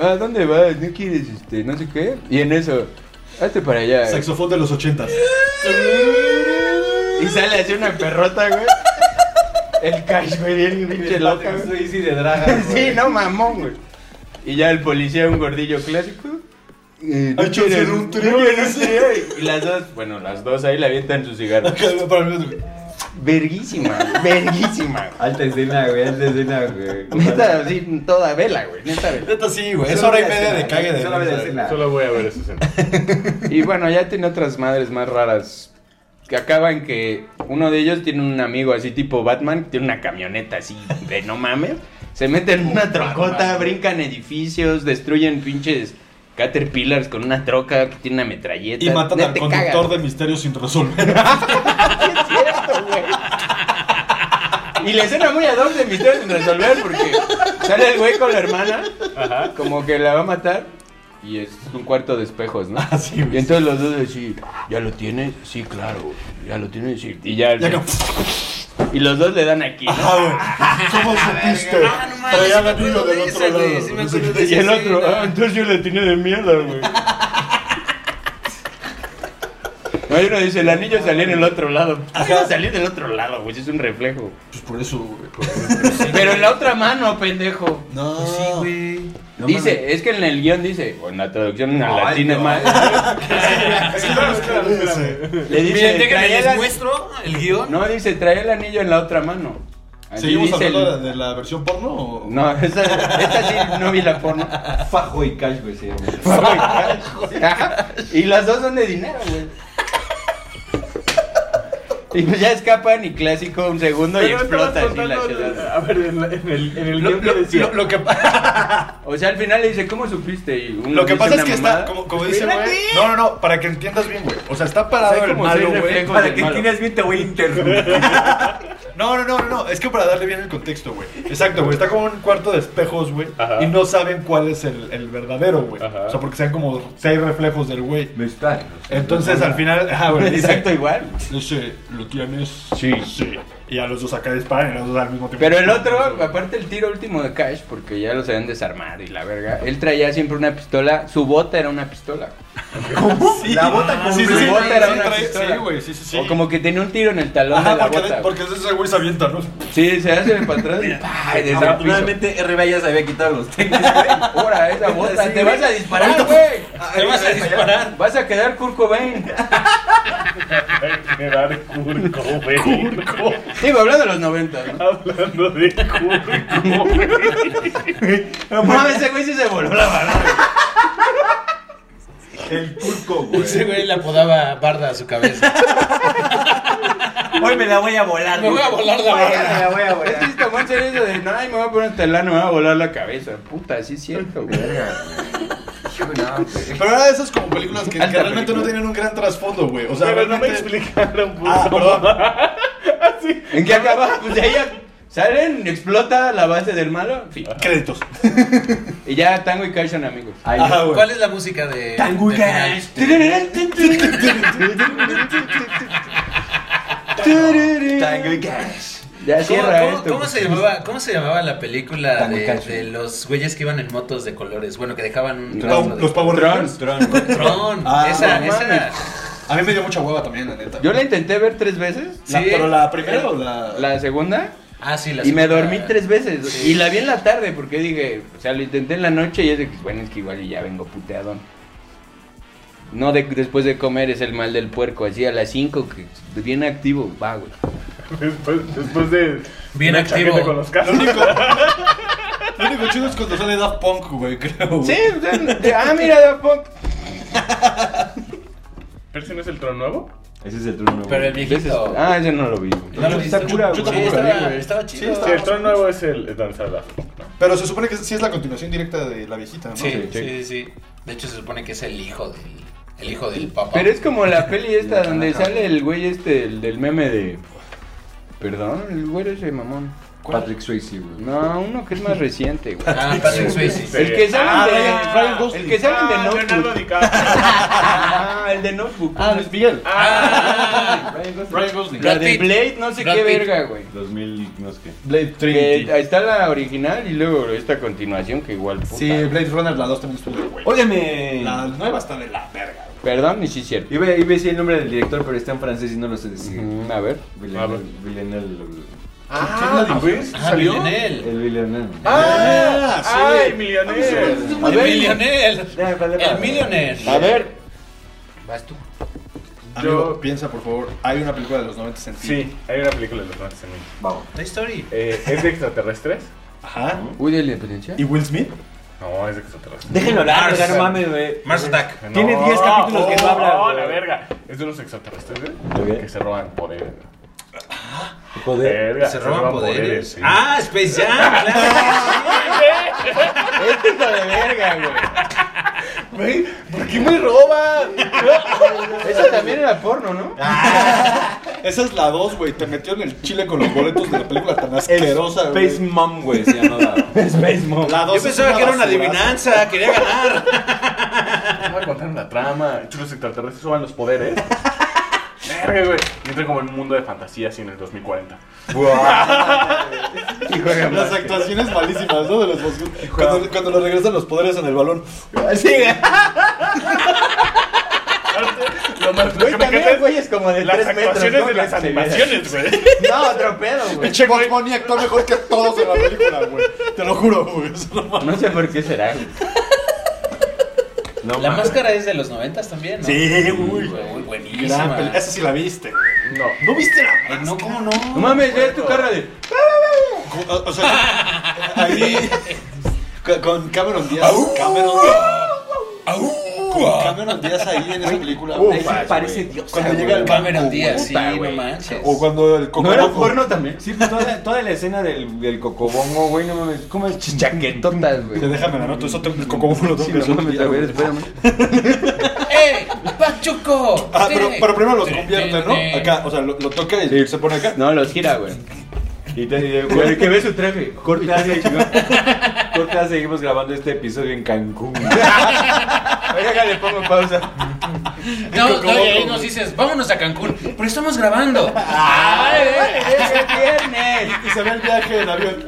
[SPEAKER 6] Ah, ¿dónde vas? ¿No quieres este? No sé qué. Y en eso, hazte para allá.
[SPEAKER 4] Saxofón de los ochentas.
[SPEAKER 6] Y sale así una perrota, güey. El cash, güey, bien pinche loca, güey.
[SPEAKER 3] Soy Easy de Dragas,
[SPEAKER 6] Sí,
[SPEAKER 3] güey.
[SPEAKER 6] no mamón, güey. Y ya el policía, un gordillo clásico. eh,
[SPEAKER 4] Ay, chance,
[SPEAKER 6] quieres-
[SPEAKER 4] un
[SPEAKER 6] no,
[SPEAKER 4] tren.
[SPEAKER 6] no sé, ay. Y las dos, bueno, las dos ahí le avientan su cigarro.
[SPEAKER 4] Acá, para mí, güey.
[SPEAKER 6] Verguísima, güey, verguísima. güey.
[SPEAKER 3] Alta escena, güey, alta escena, güey.
[SPEAKER 6] Neta, así, toda vela, güey, neta vela.
[SPEAKER 4] Neta sí, güey. Es hora y media de cague de
[SPEAKER 3] Es hora de
[SPEAKER 4] risa.
[SPEAKER 3] escena.
[SPEAKER 5] Solo voy a ver esa escena.
[SPEAKER 6] Y bueno, ya tiene otras madres más raras. Que acaban que uno de ellos tiene un amigo así tipo Batman, que tiene una camioneta así de no mames. Se meten en una trocota, brincan edificios, destruyen pinches caterpillars con una troca que tiene una metralleta.
[SPEAKER 4] Y matan
[SPEAKER 6] Neta,
[SPEAKER 4] al
[SPEAKER 6] te
[SPEAKER 4] conductor
[SPEAKER 6] cagas.
[SPEAKER 4] de misterio sin resolver.
[SPEAKER 6] Sí, es cierto, güey. Y la escena muy ad hoc de Misterios sin resolver porque sale el güey con la hermana, como que la va a matar y es un cuarto de espejos, ¿no?
[SPEAKER 4] Así,
[SPEAKER 6] Y
[SPEAKER 4] güey.
[SPEAKER 6] entonces los dos decían, ¿ya lo tienes? Sí, claro, ya lo tienes, sí. Y ya,
[SPEAKER 4] Y acá,
[SPEAKER 6] y los dos le dan aquí, ¿no?
[SPEAKER 4] Ah, güey. ¿Cómo supiste?
[SPEAKER 1] Ah, no mames,
[SPEAKER 4] Traía
[SPEAKER 1] sí me
[SPEAKER 4] el anillo
[SPEAKER 1] acuerdo
[SPEAKER 4] del
[SPEAKER 1] de
[SPEAKER 4] otro
[SPEAKER 1] esa, güey,
[SPEAKER 4] lado.
[SPEAKER 1] sí me
[SPEAKER 4] No sé
[SPEAKER 1] acuerdo
[SPEAKER 4] qué.
[SPEAKER 1] de
[SPEAKER 6] Y el otro,
[SPEAKER 1] escena.
[SPEAKER 6] ah, entonces yo le tiene de mierda, güey. No, y uno dice, el anillo salió en el otro lado. Ajá. Salió del otro lado, güey, es un reflejo.
[SPEAKER 4] Pues por eso, güey.
[SPEAKER 6] Pero en la otra mano, pendejo.
[SPEAKER 4] No.
[SPEAKER 1] Sí, güey.
[SPEAKER 3] No
[SPEAKER 6] dice,
[SPEAKER 3] mames.
[SPEAKER 6] es que en el guión dice, o en la traducción en
[SPEAKER 3] Ay,
[SPEAKER 6] latín es
[SPEAKER 3] no.
[SPEAKER 6] más. Le dice,
[SPEAKER 1] Miren, déjenme
[SPEAKER 6] "Trae
[SPEAKER 1] les
[SPEAKER 6] el an-
[SPEAKER 1] muestro el guión.
[SPEAKER 6] No, dice, trae el anillo en la otra mano. Así
[SPEAKER 4] ¿Seguimos
[SPEAKER 6] dice el-
[SPEAKER 4] hablando de la versión porno o...?
[SPEAKER 6] No, esa, esta sí no vi la porno.
[SPEAKER 3] Fajo y Cash, güey, se llama.
[SPEAKER 6] Ajá, y las dos son de dinero, güey. Y pues ya escapan y clásico un segundo y
[SPEAKER 5] Pero
[SPEAKER 6] explota
[SPEAKER 5] estabas
[SPEAKER 6] así la
[SPEAKER 5] contando-
[SPEAKER 6] ciudad.
[SPEAKER 5] A ver, en, la- en el, en el
[SPEAKER 4] Lo,
[SPEAKER 5] guión que
[SPEAKER 4] lo-
[SPEAKER 5] decía.
[SPEAKER 4] lo- lo que,
[SPEAKER 6] O sea, al final le dice, ¿cómo supiste? Y uno
[SPEAKER 4] lo que
[SPEAKER 6] dice
[SPEAKER 4] pasa es
[SPEAKER 6] una
[SPEAKER 4] que
[SPEAKER 6] mamada.
[SPEAKER 4] está, como, como dice,
[SPEAKER 6] Mira,
[SPEAKER 4] güey... No, no, no, para que entiendas bien, güey. O sea, está parado
[SPEAKER 6] Hay
[SPEAKER 4] el
[SPEAKER 6] como
[SPEAKER 4] malo,
[SPEAKER 6] seis
[SPEAKER 4] güey.
[SPEAKER 6] reflejos del malo.
[SPEAKER 3] bien te voy a interrumpir.
[SPEAKER 4] No, no, no, no, no, es que para darle bien el contexto, güey. Exacto, güey. Está como en un cuarto de espejos, güey.
[SPEAKER 5] Ajá.
[SPEAKER 4] Y no saben cuál es el, el verdadero, güey.
[SPEAKER 5] Ajá.
[SPEAKER 4] O sea, porque sean como seis reflejos del güey.
[SPEAKER 3] Me está.
[SPEAKER 4] Entonces, al final... Ah, güey, dice,
[SPEAKER 6] Exacto, igual.
[SPEAKER 4] Dice, ¿lo tienes?
[SPEAKER 6] Sí.
[SPEAKER 4] Sí. Y a los dos acá disparan y a los dos al mismo tiempo.
[SPEAKER 6] Pero el otro, aparte el tiro último de Cash, porque ya los habían desarmado y la verga, él traía siempre una pistola, su bota era una pistola.
[SPEAKER 4] Sí. Ah,
[SPEAKER 3] La bota con
[SPEAKER 4] sí, sí,
[SPEAKER 3] la
[SPEAKER 4] sí,
[SPEAKER 6] bota
[SPEAKER 4] sí,
[SPEAKER 6] era
[SPEAKER 4] sí,
[SPEAKER 6] una
[SPEAKER 4] trae-
[SPEAKER 6] pistola.
[SPEAKER 4] Sí, güey, sí, sí, sí.
[SPEAKER 6] O como que tenía un tiro en el talón de
[SPEAKER 4] Ajá,
[SPEAKER 6] la
[SPEAKER 4] porque,
[SPEAKER 6] bota.
[SPEAKER 4] porque entonces ese güey se avienta, ¿no?
[SPEAKER 6] Sí, se hace para atrás y ¡pah! y desarma el piso.
[SPEAKER 3] Afortunadamente, RBA ya se había quitado los tenis,
[SPEAKER 6] Ahora, esa bota,
[SPEAKER 3] Sí,
[SPEAKER 6] te
[SPEAKER 3] güey.
[SPEAKER 6] vas a disparar, güey.
[SPEAKER 4] pues,
[SPEAKER 1] Te vas a disparar.
[SPEAKER 6] Vas a quedar Kurt Cobain.
[SPEAKER 5] Hay que dar curco, güey. Curco.
[SPEAKER 6] Sí, me hablando de los 90. ¿no?
[SPEAKER 5] Hablando de curco, güey.
[SPEAKER 6] No mames, ese güey sí se voló la barra.
[SPEAKER 3] El turco,
[SPEAKER 1] Ese güey le apodaba barda a su cabeza.
[SPEAKER 3] Hoy me la voy a volar.
[SPEAKER 1] Me voy a volar la barda.
[SPEAKER 3] voy a
[SPEAKER 6] Es que Este tomó en serio eso de, no, ay, me voy a poner hasta el ano, me va a volar la cabeza. Puta, sí es cierto, güey.
[SPEAKER 4] Pero ahora esas como películas que, que
[SPEAKER 6] Alta
[SPEAKER 4] realmente
[SPEAKER 6] película.
[SPEAKER 4] no tienen un gran trasfondo, güey. O sea,
[SPEAKER 5] Pero no me
[SPEAKER 4] realmente...
[SPEAKER 5] explicaron, puto.
[SPEAKER 4] Ah, perdón.
[SPEAKER 5] Así.
[SPEAKER 6] ¿En qué acaba? Pues de ahí a- Siren explota la base del malo. Fin.
[SPEAKER 4] Créditos.
[SPEAKER 6] Y ya Tango y Cash son amigos.
[SPEAKER 3] Ahí
[SPEAKER 4] Ajá, güey.
[SPEAKER 1] ¿Cuál es la música de.
[SPEAKER 3] Tango y
[SPEAKER 1] de final?
[SPEAKER 3] Cash.
[SPEAKER 6] Tango y Cash. Ya
[SPEAKER 1] ¿Cómo,
[SPEAKER 6] cierra
[SPEAKER 1] cómo-
[SPEAKER 6] esto.
[SPEAKER 1] cómo se llamaba, ¿Cómo se llamaba la película
[SPEAKER 3] Tango y
[SPEAKER 1] de,
[SPEAKER 3] Cash.
[SPEAKER 1] de los güeyes que iban en motos de colores? Bueno, que dejaban un
[SPEAKER 3] Tron.
[SPEAKER 1] rastro de-
[SPEAKER 4] Los Power
[SPEAKER 6] Tron,
[SPEAKER 4] Rangers.
[SPEAKER 6] Tron.
[SPEAKER 1] Tron.
[SPEAKER 4] Ah,
[SPEAKER 1] esa,
[SPEAKER 4] no
[SPEAKER 1] esa era.
[SPEAKER 4] A mí me dio mucha hueva también, la neta.
[SPEAKER 6] Yo la intenté ver tres veces.
[SPEAKER 4] La-
[SPEAKER 1] Sí.
[SPEAKER 4] ¿Pero la primera o la...?
[SPEAKER 6] La segunda.
[SPEAKER 1] Ah, sí, la
[SPEAKER 6] Y me
[SPEAKER 1] segunda.
[SPEAKER 6] dormí tres veces. Y la vi en la tarde porque dije, o sea, lo intenté en la noche y es de que, bueno, es que igual y ya vengo puteadón. No, de, después de comer es el mal del puerco, así a las 5, que bien activo, va, güey.
[SPEAKER 5] Después, después de.
[SPEAKER 1] Bien
[SPEAKER 5] una
[SPEAKER 1] activo.
[SPEAKER 5] chaqueta Con los
[SPEAKER 4] Lo
[SPEAKER 5] cascos.
[SPEAKER 4] único... Lo único chido es cuando sale Daft Punk, güey, creo. güey.
[SPEAKER 6] Sí, o sea, de- ah, mira, da Punk.
[SPEAKER 5] ¿Pero ese no es el Tron nuevo?
[SPEAKER 3] Ese es el turno.
[SPEAKER 1] Pero el
[SPEAKER 6] Ese es-
[SPEAKER 1] viejito.
[SPEAKER 6] ah, ese no lo vi. güey.
[SPEAKER 1] ¿No lo viste?
[SPEAKER 3] Está cura,
[SPEAKER 1] Sí,
[SPEAKER 3] güey.
[SPEAKER 1] estaba,
[SPEAKER 4] Sí, güey.
[SPEAKER 1] estaba
[SPEAKER 4] Sí,
[SPEAKER 1] chido.
[SPEAKER 5] Sí, el Tron nuevo es el. Es donde sale Daft Punk, ¿no?
[SPEAKER 4] Pero se supone que sí es la continuación directa de la viejita, ¿no?
[SPEAKER 1] Sí,
[SPEAKER 3] Sí,
[SPEAKER 1] sí, sí, sí. De hecho, se supone que es el hijo del, el hijo del papá.
[SPEAKER 6] Pero es como la peli esta donde sale el güey este, el del meme de... Perdón, el güey ese mamón.
[SPEAKER 3] Patrick Swayze, güey.
[SPEAKER 6] No, uno que es más reciente, güey.
[SPEAKER 1] Ah, Patrick Swayze.
[SPEAKER 6] El que salen
[SPEAKER 5] Ah,
[SPEAKER 6] de.
[SPEAKER 4] Ryan Gosling.
[SPEAKER 6] El que salen de
[SPEAKER 5] Ah, Leonardo
[SPEAKER 6] Notebook.
[SPEAKER 5] DiCaprio.
[SPEAKER 6] Ah, el de Notebook.
[SPEAKER 4] Ah, Luis Miguel.
[SPEAKER 1] Ah,
[SPEAKER 4] Ryan Gosling.
[SPEAKER 6] la
[SPEAKER 1] Brad
[SPEAKER 6] de
[SPEAKER 1] Pitt.
[SPEAKER 6] Blade, no sé
[SPEAKER 1] Brad
[SPEAKER 6] qué
[SPEAKER 1] Pitt.
[SPEAKER 6] verga, güey.
[SPEAKER 3] 2000, no sé qué.
[SPEAKER 4] Blade
[SPEAKER 6] Que
[SPEAKER 4] Trinity.
[SPEAKER 6] ahí está la original y luego esta continuación que igual. puta.
[SPEAKER 4] Sí, Blade Runner, la 2 también estuvo, güey.
[SPEAKER 3] Óyeme.
[SPEAKER 4] La nueva está de la verga, güey.
[SPEAKER 6] Perdón, y sí es cierto.
[SPEAKER 3] Iba, iba a decir el nombre del director, pero está en francés y no lo sé decir.
[SPEAKER 6] Mm, A ver.
[SPEAKER 5] A
[SPEAKER 3] Villeneuve.
[SPEAKER 5] ver.
[SPEAKER 3] Villeneuve.
[SPEAKER 5] Ah, a ver,
[SPEAKER 1] ah,
[SPEAKER 5] salió.
[SPEAKER 1] Villanelle.
[SPEAKER 3] El Villeneuve.
[SPEAKER 4] Ah,
[SPEAKER 5] Ay,
[SPEAKER 4] sí.
[SPEAKER 5] millonario.
[SPEAKER 6] A
[SPEAKER 1] El
[SPEAKER 6] ver.
[SPEAKER 1] millionaire.
[SPEAKER 3] Ya, vale,
[SPEAKER 1] El
[SPEAKER 3] vale.
[SPEAKER 1] millionaire.
[SPEAKER 6] A ver. Vas tú.
[SPEAKER 4] Amigo,
[SPEAKER 5] Yo-
[SPEAKER 4] piensa, por favor. Hay una película de los 90 en ti.
[SPEAKER 5] Sí, hay una película de los nazis en mí.
[SPEAKER 3] Vamos.
[SPEAKER 1] Toy Story.
[SPEAKER 5] Eh, ¿Es de extraterrestres?
[SPEAKER 4] Ajá.
[SPEAKER 6] Uy, de la independencia.
[SPEAKER 4] ¿Y Will Smith?
[SPEAKER 5] No, es de extraterrestres.
[SPEAKER 3] Déjenlo hablar,
[SPEAKER 1] Mars.
[SPEAKER 3] ya no mames, güey.
[SPEAKER 1] Mars Attack.
[SPEAKER 5] No.
[SPEAKER 3] Tiene 10 capítulos que no habla,
[SPEAKER 5] No,
[SPEAKER 3] güey.
[SPEAKER 5] la verga. Es de los extraterrestres, ¿eh?
[SPEAKER 3] Ok.
[SPEAKER 5] Que se roban poderes.
[SPEAKER 3] Joder.
[SPEAKER 5] Verga,
[SPEAKER 1] Se roban poderes.
[SPEAKER 5] sí.
[SPEAKER 1] Ah, Space Jam. claro.
[SPEAKER 6] Este es lo de verga, güey.
[SPEAKER 4] Güey, ¿por qué me roban?
[SPEAKER 6] Esa también era porno, ¿no?
[SPEAKER 4] Esa es la 2, güey. Te metieron el chile con los boletos de la película tan asquerosa, güey.
[SPEAKER 3] Space Mom, güey, se llamaba.
[SPEAKER 6] Space Mom.
[SPEAKER 4] La 2
[SPEAKER 1] Yo pensaba que era una adivinanza. Quería ganar.
[SPEAKER 5] Voy a contar una trama. Entonces, Los extraterrestres roban los poderes. Verga, güey. Y entra como en un mundo de fantasía así en el 2040.
[SPEAKER 6] Y juega
[SPEAKER 4] Las
[SPEAKER 6] básquet.
[SPEAKER 4] actuaciones malísimas, ¿no? De los Moscú. Cuando, cuando le regresan los poderes en el balón.
[SPEAKER 6] Sí,
[SPEAKER 5] Lo más lo
[SPEAKER 6] güey,
[SPEAKER 5] que me encanta
[SPEAKER 6] también,
[SPEAKER 5] es
[SPEAKER 6] güey, es como de
[SPEAKER 5] las
[SPEAKER 6] 3 metros.
[SPEAKER 5] actuaciones
[SPEAKER 6] ¿no?
[SPEAKER 5] de las
[SPEAKER 6] Que se
[SPEAKER 5] animaciones, güey.
[SPEAKER 6] ve. No, otro pedo, güey.
[SPEAKER 4] Pinche Bugs Bunny actúa mejor que todos en la película, güey. Te lo juro, güey. Eso no mames.
[SPEAKER 6] No sé por qué será.
[SPEAKER 3] No
[SPEAKER 1] La
[SPEAKER 3] mames.
[SPEAKER 1] máscara es de los noventas también, ¿no?
[SPEAKER 4] Sí, uy.
[SPEAKER 1] Muy
[SPEAKER 4] Gran
[SPEAKER 1] buenísima.
[SPEAKER 4] peli- Esa sí la viste. güey.
[SPEAKER 5] No.
[SPEAKER 4] Eh, ¿No viste la
[SPEAKER 1] Ay,
[SPEAKER 4] máscara?
[SPEAKER 1] no, ¿cómo
[SPEAKER 6] No
[SPEAKER 1] no?
[SPEAKER 6] mames, ve tu cara de.
[SPEAKER 4] O, o sea, ahí. con- Con Cameron Díaz. Cameron
[SPEAKER 1] Ah, uh,
[SPEAKER 4] Con Cameron Díaz ahí en esa película. güey.
[SPEAKER 3] Ahí sí parece Dios.
[SPEAKER 4] Cuando llega el
[SPEAKER 1] Cameron
[SPEAKER 4] banco,
[SPEAKER 1] Díaz,
[SPEAKER 4] güey.
[SPEAKER 1] sí,
[SPEAKER 6] puta,
[SPEAKER 1] no
[SPEAKER 6] güey.
[SPEAKER 1] manches.
[SPEAKER 4] O cuando el
[SPEAKER 6] ¿No era
[SPEAKER 4] Cocobongo.
[SPEAKER 6] porno también?
[SPEAKER 3] Sí, pues, toda, toda la escena del, del cocobongo, güey, no mames. ¿Cómo es
[SPEAKER 6] Chaquetotas,
[SPEAKER 4] Que
[SPEAKER 6] güey.
[SPEAKER 4] déjame la nota, eso te, el Cocobongo lo tengo
[SPEAKER 3] Sí,
[SPEAKER 4] que
[SPEAKER 3] no mames, a ver,
[SPEAKER 4] resolver.
[SPEAKER 3] espérame.
[SPEAKER 1] ¡Eh! ¡Pachuco!
[SPEAKER 4] Ah, pero,
[SPEAKER 1] Sí.
[SPEAKER 4] pero primero los convierte, ¿no? Acá, o sea, lo, lo toca y se pone acá.
[SPEAKER 6] No, los gira, güey.
[SPEAKER 3] Y te y-
[SPEAKER 6] Güey,
[SPEAKER 3] güey,
[SPEAKER 6] que ve su traje.
[SPEAKER 3] corta, se- corta, seguimos grabando este episodio en Cancún. güey.
[SPEAKER 6] Oiga, acá le pongo pausa.
[SPEAKER 1] No, no, y ahí nos dices, vámonos a Cancún, pero estamos grabando.
[SPEAKER 3] Ah,
[SPEAKER 1] ¡Ay, eh.
[SPEAKER 6] ¡Es el viernes!
[SPEAKER 4] Y se ve el viaje en avión.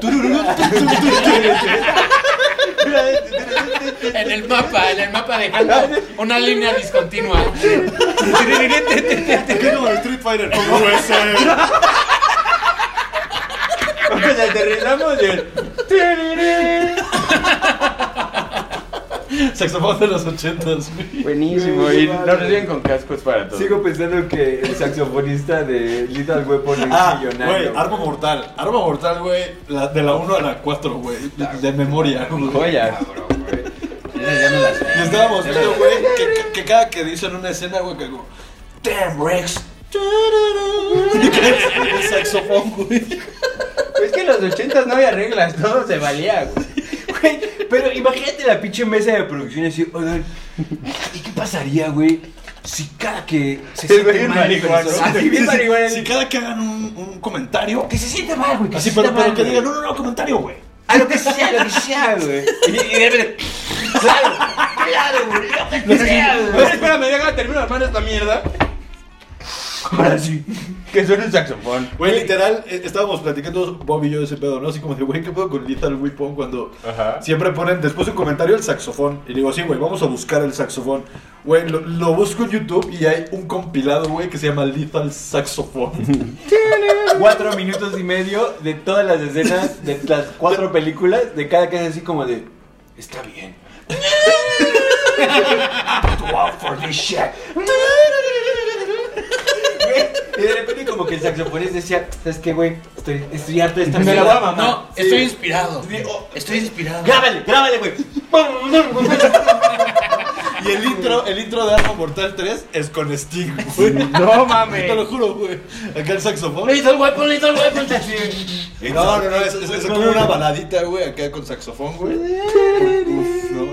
[SPEAKER 1] En el mapa, en el mapa dejando una línea discontinua.
[SPEAKER 4] ¿Qué como de Street Fighter? ¿Cómo es
[SPEAKER 6] Nos aterrizamos y el-
[SPEAKER 4] Saxofón de los ochentas, güey.
[SPEAKER 6] Buenísimo, y nos reciben con cascos para todo.
[SPEAKER 3] Sigo pensando que el saxofonista de Little Weapon es
[SPEAKER 4] Ah, güey,
[SPEAKER 3] millonario.
[SPEAKER 4] Arma Mortal. Arma Mortal, güey, la- de la 1 a la 4, güey. De, de memoria. güey.
[SPEAKER 6] Joya.
[SPEAKER 4] Y estábamos viendo, güey, que, que- que cada que dicen una escena, güey, que como... Damn, Rex. Y que es El saxofón, güey.
[SPEAKER 6] Es que en los ochentas no había reglas, todo se valía, güey.
[SPEAKER 3] Güey, pero imagínate la pinche mesa de producción así, oigan, ¿y qué pasaría, güey? si cada que se
[SPEAKER 6] El
[SPEAKER 3] siente
[SPEAKER 6] güey
[SPEAKER 3] mal el Ah,
[SPEAKER 6] marihuana.
[SPEAKER 3] personaje-
[SPEAKER 6] Así bien marihuana.
[SPEAKER 4] Si cada que hagan un, un comentario.
[SPEAKER 3] Que se siente mal, güey. Que
[SPEAKER 4] Así,
[SPEAKER 3] se
[SPEAKER 4] pero,
[SPEAKER 3] sienta
[SPEAKER 4] pero
[SPEAKER 3] mal,
[SPEAKER 4] que
[SPEAKER 3] güey.
[SPEAKER 4] digan, no, no, no, comentario, güey.
[SPEAKER 3] A Ah, lo que sea, lo que sea, güey. Y, y debe de- Claro, claro, güey. Lo que sea,
[SPEAKER 6] A
[SPEAKER 3] güey.
[SPEAKER 6] ver, espérame, déjame terminar armando esta mierda. Ahora sí. Que suena un saxofón.
[SPEAKER 4] Güey, literal, eh, estábamos platicando Bob y yo de ese pedo, ¿no? Así como de, güey, ¿qué pedo con Lethal Weapon cuando
[SPEAKER 5] Ajá.
[SPEAKER 4] siempre ponen después un comentario el saxofón? Y digo, sí, güey, vamos a buscar el saxofón. Güey, lo, lo busco en YouTube y hay un compilado, güey, que se llama Lethal Saxofón.
[SPEAKER 3] Cuatro minutos y medio de todas las escenas, de las cuatro películas, de cada que es así como de. Está bien. Too old for this shit. Güey, Y de repente como que el saxofonista decía, ¿sabes qué, güey? Estoy, estoy harto de esta
[SPEAKER 1] Me la
[SPEAKER 3] mierda".
[SPEAKER 1] voy a mamar. No, estoy inspirado.
[SPEAKER 4] Sí, oh.
[SPEAKER 1] Estoy inspirado.
[SPEAKER 3] Grábale, grábale, güey.
[SPEAKER 4] y el intro, el intro de Arma Mortal 3 es con Sting, güey.
[SPEAKER 6] No
[SPEAKER 4] Te lo
[SPEAKER 6] mames.
[SPEAKER 4] juro, güey. Acá el saxofón.
[SPEAKER 1] Little weapon, little weapon.
[SPEAKER 4] No, no, no, es, es- es como una baladita, güey, acá con saxofón, güey. Uf, no.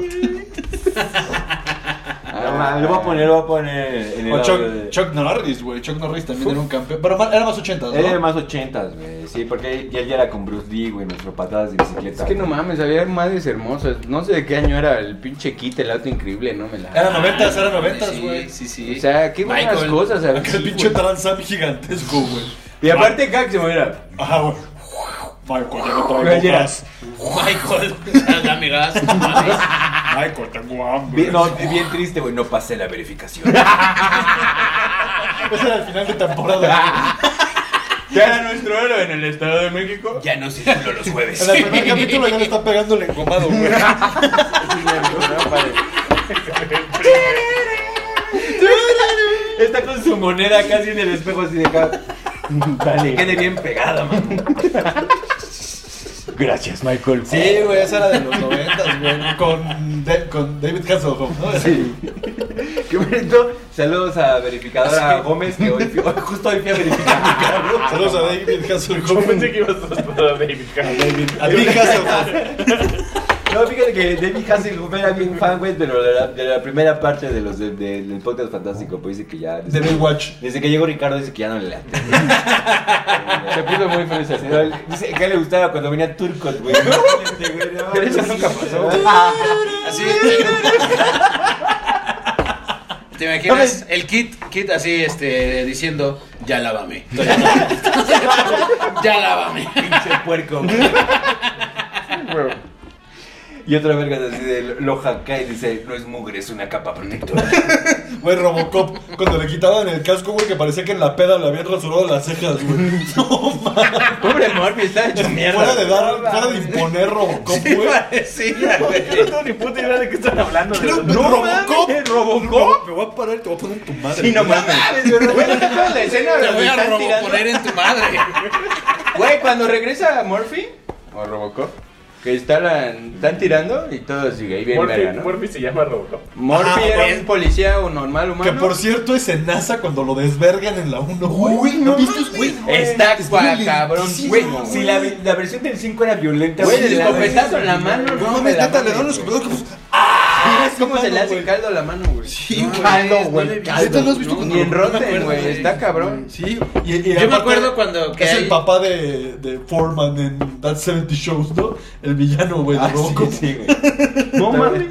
[SPEAKER 3] Ah, ma, lo voy a poner, lo voy a poner en el
[SPEAKER 4] O
[SPEAKER 3] audio de-
[SPEAKER 4] Chuck, Chuck Norris, güey. Chuck Norris también era un campeón. Pero más- era más 80, ¿no?
[SPEAKER 3] Él era más ochentas, güey. Sí, porque él ya era con Bruce Lee, güey, nuestro patadas de bicicleta.
[SPEAKER 6] Es que no
[SPEAKER 3] güey.
[SPEAKER 6] mames, había madres hermosas. No sé de qué año era el pinche kit, el auto increíble, no me la.
[SPEAKER 4] Era 90, era 90, güey.
[SPEAKER 1] Sí, sí, sí.
[SPEAKER 6] O sea, qué buenas
[SPEAKER 1] Michael.
[SPEAKER 6] cosas. había,
[SPEAKER 4] Aquel
[SPEAKER 6] sí,
[SPEAKER 4] pinche
[SPEAKER 6] güey.
[SPEAKER 4] transam gigantesco, güey.
[SPEAKER 6] Y aparte, cac se mira.
[SPEAKER 4] Ajá, güey. Michael, ya no traigo
[SPEAKER 6] Ayer.
[SPEAKER 4] gas.
[SPEAKER 1] Michael, dame gas.
[SPEAKER 4] Michael, tengo hambre.
[SPEAKER 3] Bien- no, bien triste, güey. No pasé la verificación.
[SPEAKER 4] Ese era el final de temporada.
[SPEAKER 6] Ya era nuestro héroe en el Estado de México.
[SPEAKER 3] ya no circulo los
[SPEAKER 4] En
[SPEAKER 3] jueves.
[SPEAKER 4] el primer capítulo ya le está pegando el engomado, güey.
[SPEAKER 3] Está con su moneda casi en el espejo así de acá. Que quede bien pegada, man.
[SPEAKER 6] Gracias, Michael.
[SPEAKER 4] Sí, güey, esa era de los 90, güey. Con, Da- con David Hasselhoff, ¿no?
[SPEAKER 3] Sí. Qué bonito. Saludos a verificadora Gómez, que hoy, fui- hoy- justo hoy fui a verificar mi carro.
[SPEAKER 4] Saludos a David
[SPEAKER 5] Yo
[SPEAKER 4] Hasselhoff.
[SPEAKER 5] pensé que ibas a estar a David Cage.
[SPEAKER 4] A David Hasselhoff.
[SPEAKER 3] No, fíjate que David Hasselhoff era bien fan, güey, pero de la, de la primera parte de los de- de- del podcast fantástico, pues dice que ya...
[SPEAKER 4] De Baywatch.
[SPEAKER 3] Desde que llegó Ricardo dice que ya no le late.
[SPEAKER 6] Se puso muy feliz así.
[SPEAKER 3] Pero él- Dice que a él le gustaba cuando venía Turcot, güey. Imagínate, güey, no,
[SPEAKER 6] Pero eso nunca pasó.
[SPEAKER 1] Así. ¿Te imaginas el kit, kit así este, diciendo, ya lávame? ya lávame.
[SPEAKER 3] Pinche puerco. güey. Y otra verga así de lo hacka y dice, no es mugre, es una capa protectora.
[SPEAKER 4] Güey, Robocop, cuando le quitaban el casco, güey, que parecía que en la peda le habían rasurado las cejas, güey. No, mames.
[SPEAKER 6] Pobre Morphy, está hecho mierda.
[SPEAKER 4] Fuera de dar, fuera de imponer Robocop, güey.
[SPEAKER 1] Parecía, güey.
[SPEAKER 5] Yo no tengo ni puta idea de qué están hablando.
[SPEAKER 4] Era
[SPEAKER 5] de-
[SPEAKER 4] un Robocop.
[SPEAKER 6] ¿Robocop?
[SPEAKER 4] Me voy a parar y te voy a poner en tu madre.
[SPEAKER 6] Sí, no mames. Güey, ¿no te acuerdas la escena
[SPEAKER 1] Te
[SPEAKER 6] donde
[SPEAKER 1] voy a
[SPEAKER 6] están tirando?
[SPEAKER 1] roboponer en tu madre.
[SPEAKER 6] Güey, cuando regresa Morphy o Robocop, que está la- están tirando y todo sigue ahí bien verga,
[SPEAKER 5] Murphy,
[SPEAKER 6] ¿no?
[SPEAKER 5] Murphy se llama Robocop.
[SPEAKER 6] Morphy
[SPEAKER 4] Ah,
[SPEAKER 6] era
[SPEAKER 4] güey.
[SPEAKER 6] un policía o normal
[SPEAKER 4] Que
[SPEAKER 6] humano.
[SPEAKER 4] por cierto es en NASA cuando lo desvergan en la 1, güey.
[SPEAKER 3] Uy,
[SPEAKER 4] ¿No
[SPEAKER 3] no
[SPEAKER 4] viste, güey?
[SPEAKER 6] Está guaca, cabrón.
[SPEAKER 4] cabroncísimo,
[SPEAKER 3] Güey,
[SPEAKER 6] güey.
[SPEAKER 3] si la, la versión del 5 era violenta,
[SPEAKER 6] Güey,
[SPEAKER 3] la
[SPEAKER 6] el
[SPEAKER 3] versión
[SPEAKER 6] escopetazo en la
[SPEAKER 3] del-
[SPEAKER 6] mano.
[SPEAKER 4] No
[SPEAKER 6] me
[SPEAKER 4] mames,
[SPEAKER 6] la
[SPEAKER 4] neta, le dan
[SPEAKER 6] mames,
[SPEAKER 4] los
[SPEAKER 6] güey.
[SPEAKER 4] escudos como...
[SPEAKER 6] Ah, ¿Cómo se le hace
[SPEAKER 4] güey.
[SPEAKER 6] caldo a la mano, güey?
[SPEAKER 4] pues, Sí, güey.
[SPEAKER 6] caldo,
[SPEAKER 1] no le
[SPEAKER 6] güey.
[SPEAKER 1] vi.
[SPEAKER 4] ¿Neta lo has visto
[SPEAKER 1] No,
[SPEAKER 4] cuando
[SPEAKER 6] Ni en
[SPEAKER 4] lo- no me
[SPEAKER 6] Rotten,
[SPEAKER 4] acuerdo,
[SPEAKER 6] güey. Está cabrón.
[SPEAKER 4] Sí, y, y
[SPEAKER 1] Yo
[SPEAKER 4] aparte
[SPEAKER 1] me acuerdo cuando que
[SPEAKER 4] es
[SPEAKER 1] hay-
[SPEAKER 4] el papá de, de Foreman en That 70 Shows, ¿no? El villano, güey, de
[SPEAKER 3] Ah,
[SPEAKER 4] Robocop.
[SPEAKER 3] sí, sí, güey. No mames.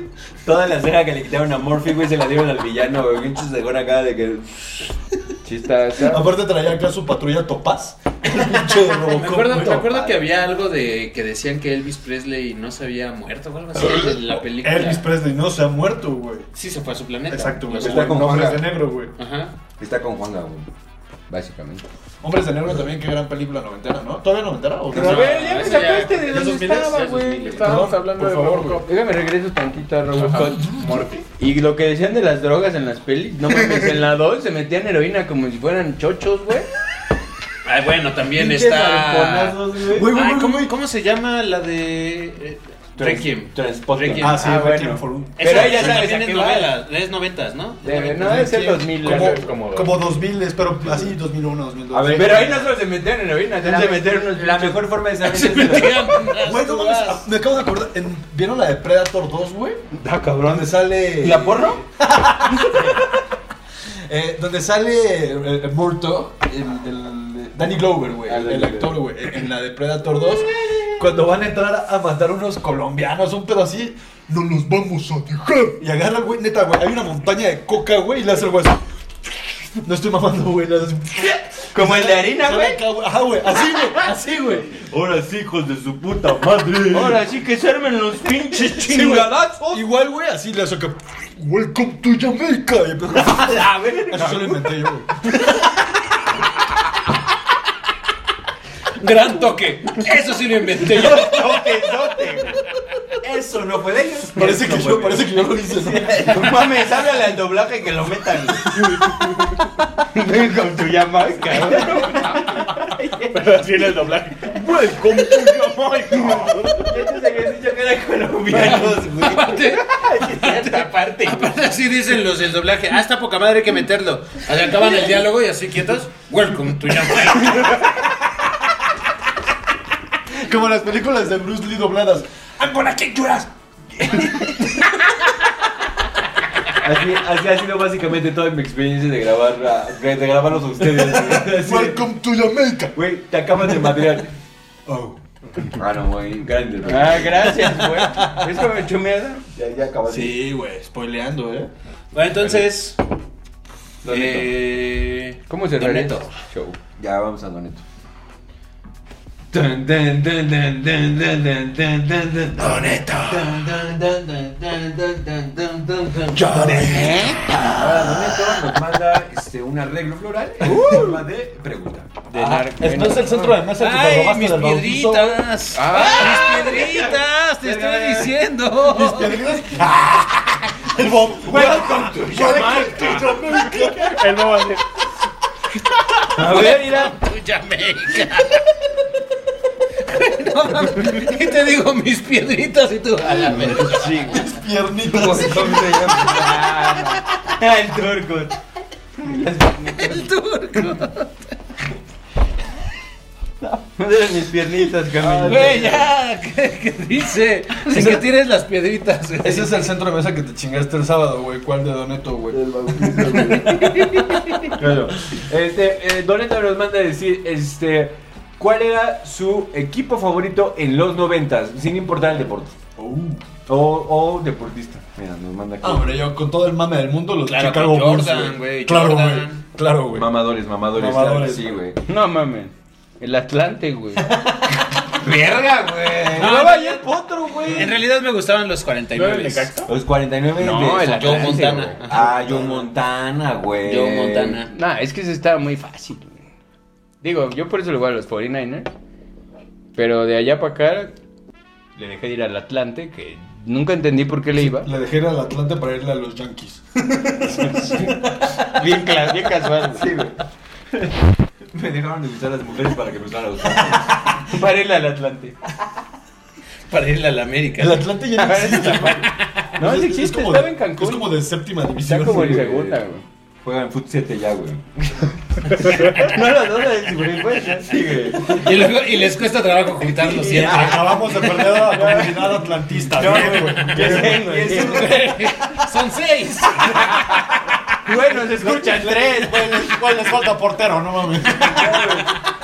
[SPEAKER 3] Toda la cera que le quitaron a Morphy, güey, se la dieron al villano, güey. Pinche segura acá de que.
[SPEAKER 6] Mm, Sí, está. está-
[SPEAKER 4] Aparte traía acá su patrulla Topaz. El pinche de Robocop.
[SPEAKER 1] Me acuerdo,
[SPEAKER 4] güey.
[SPEAKER 1] me acuerdo que había algo de que decían que Elvis Presley no se había muerto o algo así en la película.
[SPEAKER 4] Elvis Presley no se ha muerto, güey.
[SPEAKER 1] Sí, se fue a su planeta.
[SPEAKER 4] Exacto, güey.
[SPEAKER 1] Los
[SPEAKER 3] Está
[SPEAKER 1] humanos.
[SPEAKER 3] con
[SPEAKER 4] Hombres de
[SPEAKER 3] Juanga.
[SPEAKER 4] Negro, güey.
[SPEAKER 1] Ajá.
[SPEAKER 3] Está con Juanga, güey.
[SPEAKER 6] Básicamente.
[SPEAKER 4] Hombres de Negro también, qué gran película noventera, ¿no? ¿Todavía noventera? ¿O qué?
[SPEAKER 1] No,
[SPEAKER 6] a ver, ya me
[SPEAKER 1] eso ya-
[SPEAKER 6] sacaste de
[SPEAKER 1] esos
[SPEAKER 6] donde
[SPEAKER 1] miles,
[SPEAKER 6] estaba,
[SPEAKER 1] esos
[SPEAKER 6] güey.
[SPEAKER 1] miles.
[SPEAKER 5] Estábamos
[SPEAKER 4] Perdón,
[SPEAKER 5] hablando
[SPEAKER 4] por
[SPEAKER 5] de
[SPEAKER 4] favor,
[SPEAKER 5] Robocop.
[SPEAKER 6] Déjame regreso tantito a Robocop.
[SPEAKER 5] Murphy.
[SPEAKER 6] Y lo que decían de las drogas en las pelis, no mames, en la 2 se metían heroína como si fueran chochos, güey.
[SPEAKER 1] Ay, bueno, también
[SPEAKER 3] Pinches
[SPEAKER 1] está.
[SPEAKER 3] arponazos, güey.
[SPEAKER 4] Güey, güey,
[SPEAKER 1] Ay,
[SPEAKER 4] güey,
[SPEAKER 1] ¿cómo,
[SPEAKER 4] güey.
[SPEAKER 1] cómo se llama la de eh, Requiem?
[SPEAKER 3] Transporte.
[SPEAKER 1] Requiem.
[SPEAKER 4] Ah, sí,
[SPEAKER 6] Ah,
[SPEAKER 4] Requiem
[SPEAKER 6] bueno.
[SPEAKER 4] for un-
[SPEAKER 1] Esa
[SPEAKER 6] Pero ahí ya
[SPEAKER 1] también
[SPEAKER 6] sabes a
[SPEAKER 1] es
[SPEAKER 6] qué va.
[SPEAKER 1] novela, es noventas, ¿no?
[SPEAKER 6] Debe- Eh, no debe ser 2000.
[SPEAKER 5] ¿Cómo?
[SPEAKER 6] güey.
[SPEAKER 5] Es como dos.
[SPEAKER 4] Como 2000, pero así 2001, 2002.
[SPEAKER 3] A ver.
[SPEAKER 6] Pero ahí no solo se metieron heroína, también se metieron unos
[SPEAKER 3] la
[SPEAKER 6] pinches-
[SPEAKER 3] mejor forma de saber si
[SPEAKER 1] Se
[SPEAKER 3] es de
[SPEAKER 1] metían
[SPEAKER 4] Güey, no mames, ah, me acabo de acordar. en- ¿Vieron la de Predator 2, güey?
[SPEAKER 6] Ah, cabrón.
[SPEAKER 4] Donde sale.
[SPEAKER 6] ¿La porno?
[SPEAKER 4] Eh, donde sale eh, Murto, el, el- Danny Glover, güey,
[SPEAKER 6] Ah,
[SPEAKER 4] el, el actor, güey, en la de Predator 2, cuando van a entrar a matar unos colombianos, un pedo así,
[SPEAKER 2] No los vamos a dejar.
[SPEAKER 4] y agarra, güey, neta, güey, hay una montaña de coca, güey, y le hace el güey así. No estoy mamando, güey, le hace así.
[SPEAKER 6] Como el de harina,
[SPEAKER 4] Sale
[SPEAKER 6] güey.
[SPEAKER 4] acá, Ajá, güey, así, güey, así, güey.
[SPEAKER 5] Ahora sí, hijos de su puta madre.
[SPEAKER 6] Ahora sí que se armen los pinches
[SPEAKER 4] Sí, güey.
[SPEAKER 6] chingadazos.
[SPEAKER 4] Igual, güey, así le hace que.
[SPEAKER 2] Welcome to Jamaica. Y empezó-
[SPEAKER 6] A la verga.
[SPEAKER 4] Eso se lo inventé yo, güey.
[SPEAKER 1] Gran toque. Eso sí lo inventé yo.
[SPEAKER 6] Eso no fue de ellos.
[SPEAKER 4] Parece que
[SPEAKER 6] Eso
[SPEAKER 4] yo,
[SPEAKER 6] fue de
[SPEAKER 4] parece que yo lo hice, ¿no?
[SPEAKER 6] ellos. No mames, háblale al doblaje que lo metan. Con tu llamada,
[SPEAKER 5] Pero así en el doblaje. Welcome to Jamaica.
[SPEAKER 6] Yo te habías dicho que eran colombianos, güey.
[SPEAKER 1] Aparte,
[SPEAKER 6] Aparte.
[SPEAKER 1] aparte así dicen los del doblaje. Ah, está poca madre hay que meterlo. Ahí Acaban el diálogo y así quietos. Welcome to Jamaica.
[SPEAKER 4] Como las películas de Bruce Lee dobladas. I'm gonna kick your ass.
[SPEAKER 3] Así, así ha sido básicamente toda mi experiencia de grabar a- de de grabarlos a ustedes. güey. Así de,
[SPEAKER 2] Welcome to Jamaica.
[SPEAKER 3] Güey, te acaban de madrear.
[SPEAKER 2] Oh.
[SPEAKER 3] Ah, no, güey, grande. güey.
[SPEAKER 6] Ah, gracias, güey. ¿Ves que me echó miedo?
[SPEAKER 3] Ya, ya acabaste.
[SPEAKER 4] Sí, güey, spoileando, eh.
[SPEAKER 1] Bueno, entonces.
[SPEAKER 6] Don Neto.
[SPEAKER 1] eh,
[SPEAKER 6] ¿Cómo se
[SPEAKER 1] Don
[SPEAKER 6] llama?
[SPEAKER 1] Neto.
[SPEAKER 6] Show.
[SPEAKER 3] Ya vamos a Doneto. Doneto. Ahora Doneto nos manda este, un arreglo floral en forma de pregunta.
[SPEAKER 6] De narco.
[SPEAKER 4] Ah, Entonces el centro de mesa que te
[SPEAKER 1] ¡Ay,
[SPEAKER 4] robaste
[SPEAKER 1] mis
[SPEAKER 4] del bautizo.
[SPEAKER 1] piedritas!
[SPEAKER 6] Ah.
[SPEAKER 1] ¡Mis piedritas! ¡Te estoy diciendo!
[SPEAKER 4] El Bob.
[SPEAKER 6] Welcome to
[SPEAKER 5] El no va a decir.
[SPEAKER 6] A ver, mira.
[SPEAKER 1] Tu Jamaica. No mames, Y te digo mis piedritas y tú a la verga.
[SPEAKER 4] Piernitas.
[SPEAKER 6] ¿Cómo se llama? Ah, El turco.
[SPEAKER 1] El turco.
[SPEAKER 6] De mis piernitas, Camilo.
[SPEAKER 1] Güey, ya, ¿qué, qué dice? Sin que tires las piedritas. güey.
[SPEAKER 4] Ese es el centro de mesa que te chingaste el sábado, güey. ¿Cuál de Doneto, güey?
[SPEAKER 3] Claro. Este, eh, Doneto nos manda a decir, este, ¿cuál era su equipo favorito en los noventas? Sin importar el deporte.
[SPEAKER 4] Oh.
[SPEAKER 3] O, o deportista. Mira, nos manda aquí.
[SPEAKER 4] Ah, hombre, yo con todo el mame del mundo los
[SPEAKER 1] Claro,
[SPEAKER 4] Chicago
[SPEAKER 1] con
[SPEAKER 4] Bulls,
[SPEAKER 1] Jordan, güey,
[SPEAKER 4] Claro,
[SPEAKER 1] Jordan.
[SPEAKER 4] güey. Claro, güey.
[SPEAKER 3] Mamadores, mamadores.
[SPEAKER 4] Mamadores.
[SPEAKER 3] Sí, güey.
[SPEAKER 6] No mames. El Atlante, güey.
[SPEAKER 1] Verga,
[SPEAKER 4] Eh,
[SPEAKER 1] güey.
[SPEAKER 4] Ah,
[SPEAKER 6] No vaya el potro,
[SPEAKER 1] En
[SPEAKER 6] güey.
[SPEAKER 1] realidad me gustaban los
[SPEAKER 5] ¿No era el
[SPEAKER 1] 49.
[SPEAKER 5] Necaxa?
[SPEAKER 3] Los 49
[SPEAKER 6] No,
[SPEAKER 3] de-
[SPEAKER 6] el
[SPEAKER 1] Joe
[SPEAKER 6] Atlante.
[SPEAKER 1] Montana.
[SPEAKER 6] güey.
[SPEAKER 3] Ah, Joe Montana, güey.
[SPEAKER 1] Eh, Joe Montana.
[SPEAKER 6] Nah, es que se estaba muy fácil, güey. Digo, yo por eso le voy a los 49ers. Pero de allá para acá le dejé de ir al Atlante, que nunca entendí por qué le iba.
[SPEAKER 4] Le dejé ir al Atlante para irle a los Yankees.
[SPEAKER 6] Bien, cla- bien casual, güey.
[SPEAKER 3] Sí, güey. Me dejaron de gustar las mujeres para que me usaran los
[SPEAKER 6] Para irle al Atlante.
[SPEAKER 1] Para irle a la América.
[SPEAKER 4] El Atlante ya no existe. güey.
[SPEAKER 6] No,
[SPEAKER 4] Es-
[SPEAKER 6] sí
[SPEAKER 4] es
[SPEAKER 6] existe,
[SPEAKER 4] como
[SPEAKER 6] estaba
[SPEAKER 4] de-
[SPEAKER 6] en Cancún.
[SPEAKER 4] Es como de séptima división.
[SPEAKER 6] Está como en
[SPEAKER 4] güey.
[SPEAKER 6] segunda, güey.
[SPEAKER 3] Juegan Foot 7 ya, güey.
[SPEAKER 6] No lo dudes, güey. pues.
[SPEAKER 3] Sí, güey.
[SPEAKER 1] Y, luego- y les cuesta trabajo juntarlo siempre.
[SPEAKER 4] Ya, Acabamos de perder a la comunidad atlantista,
[SPEAKER 6] No,
[SPEAKER 4] güey.
[SPEAKER 6] güey. Bien, güey, bien.
[SPEAKER 1] Son seis.
[SPEAKER 6] Bueno, se escuchan tres.
[SPEAKER 4] Güey, les- güey, les falta portero, no mames.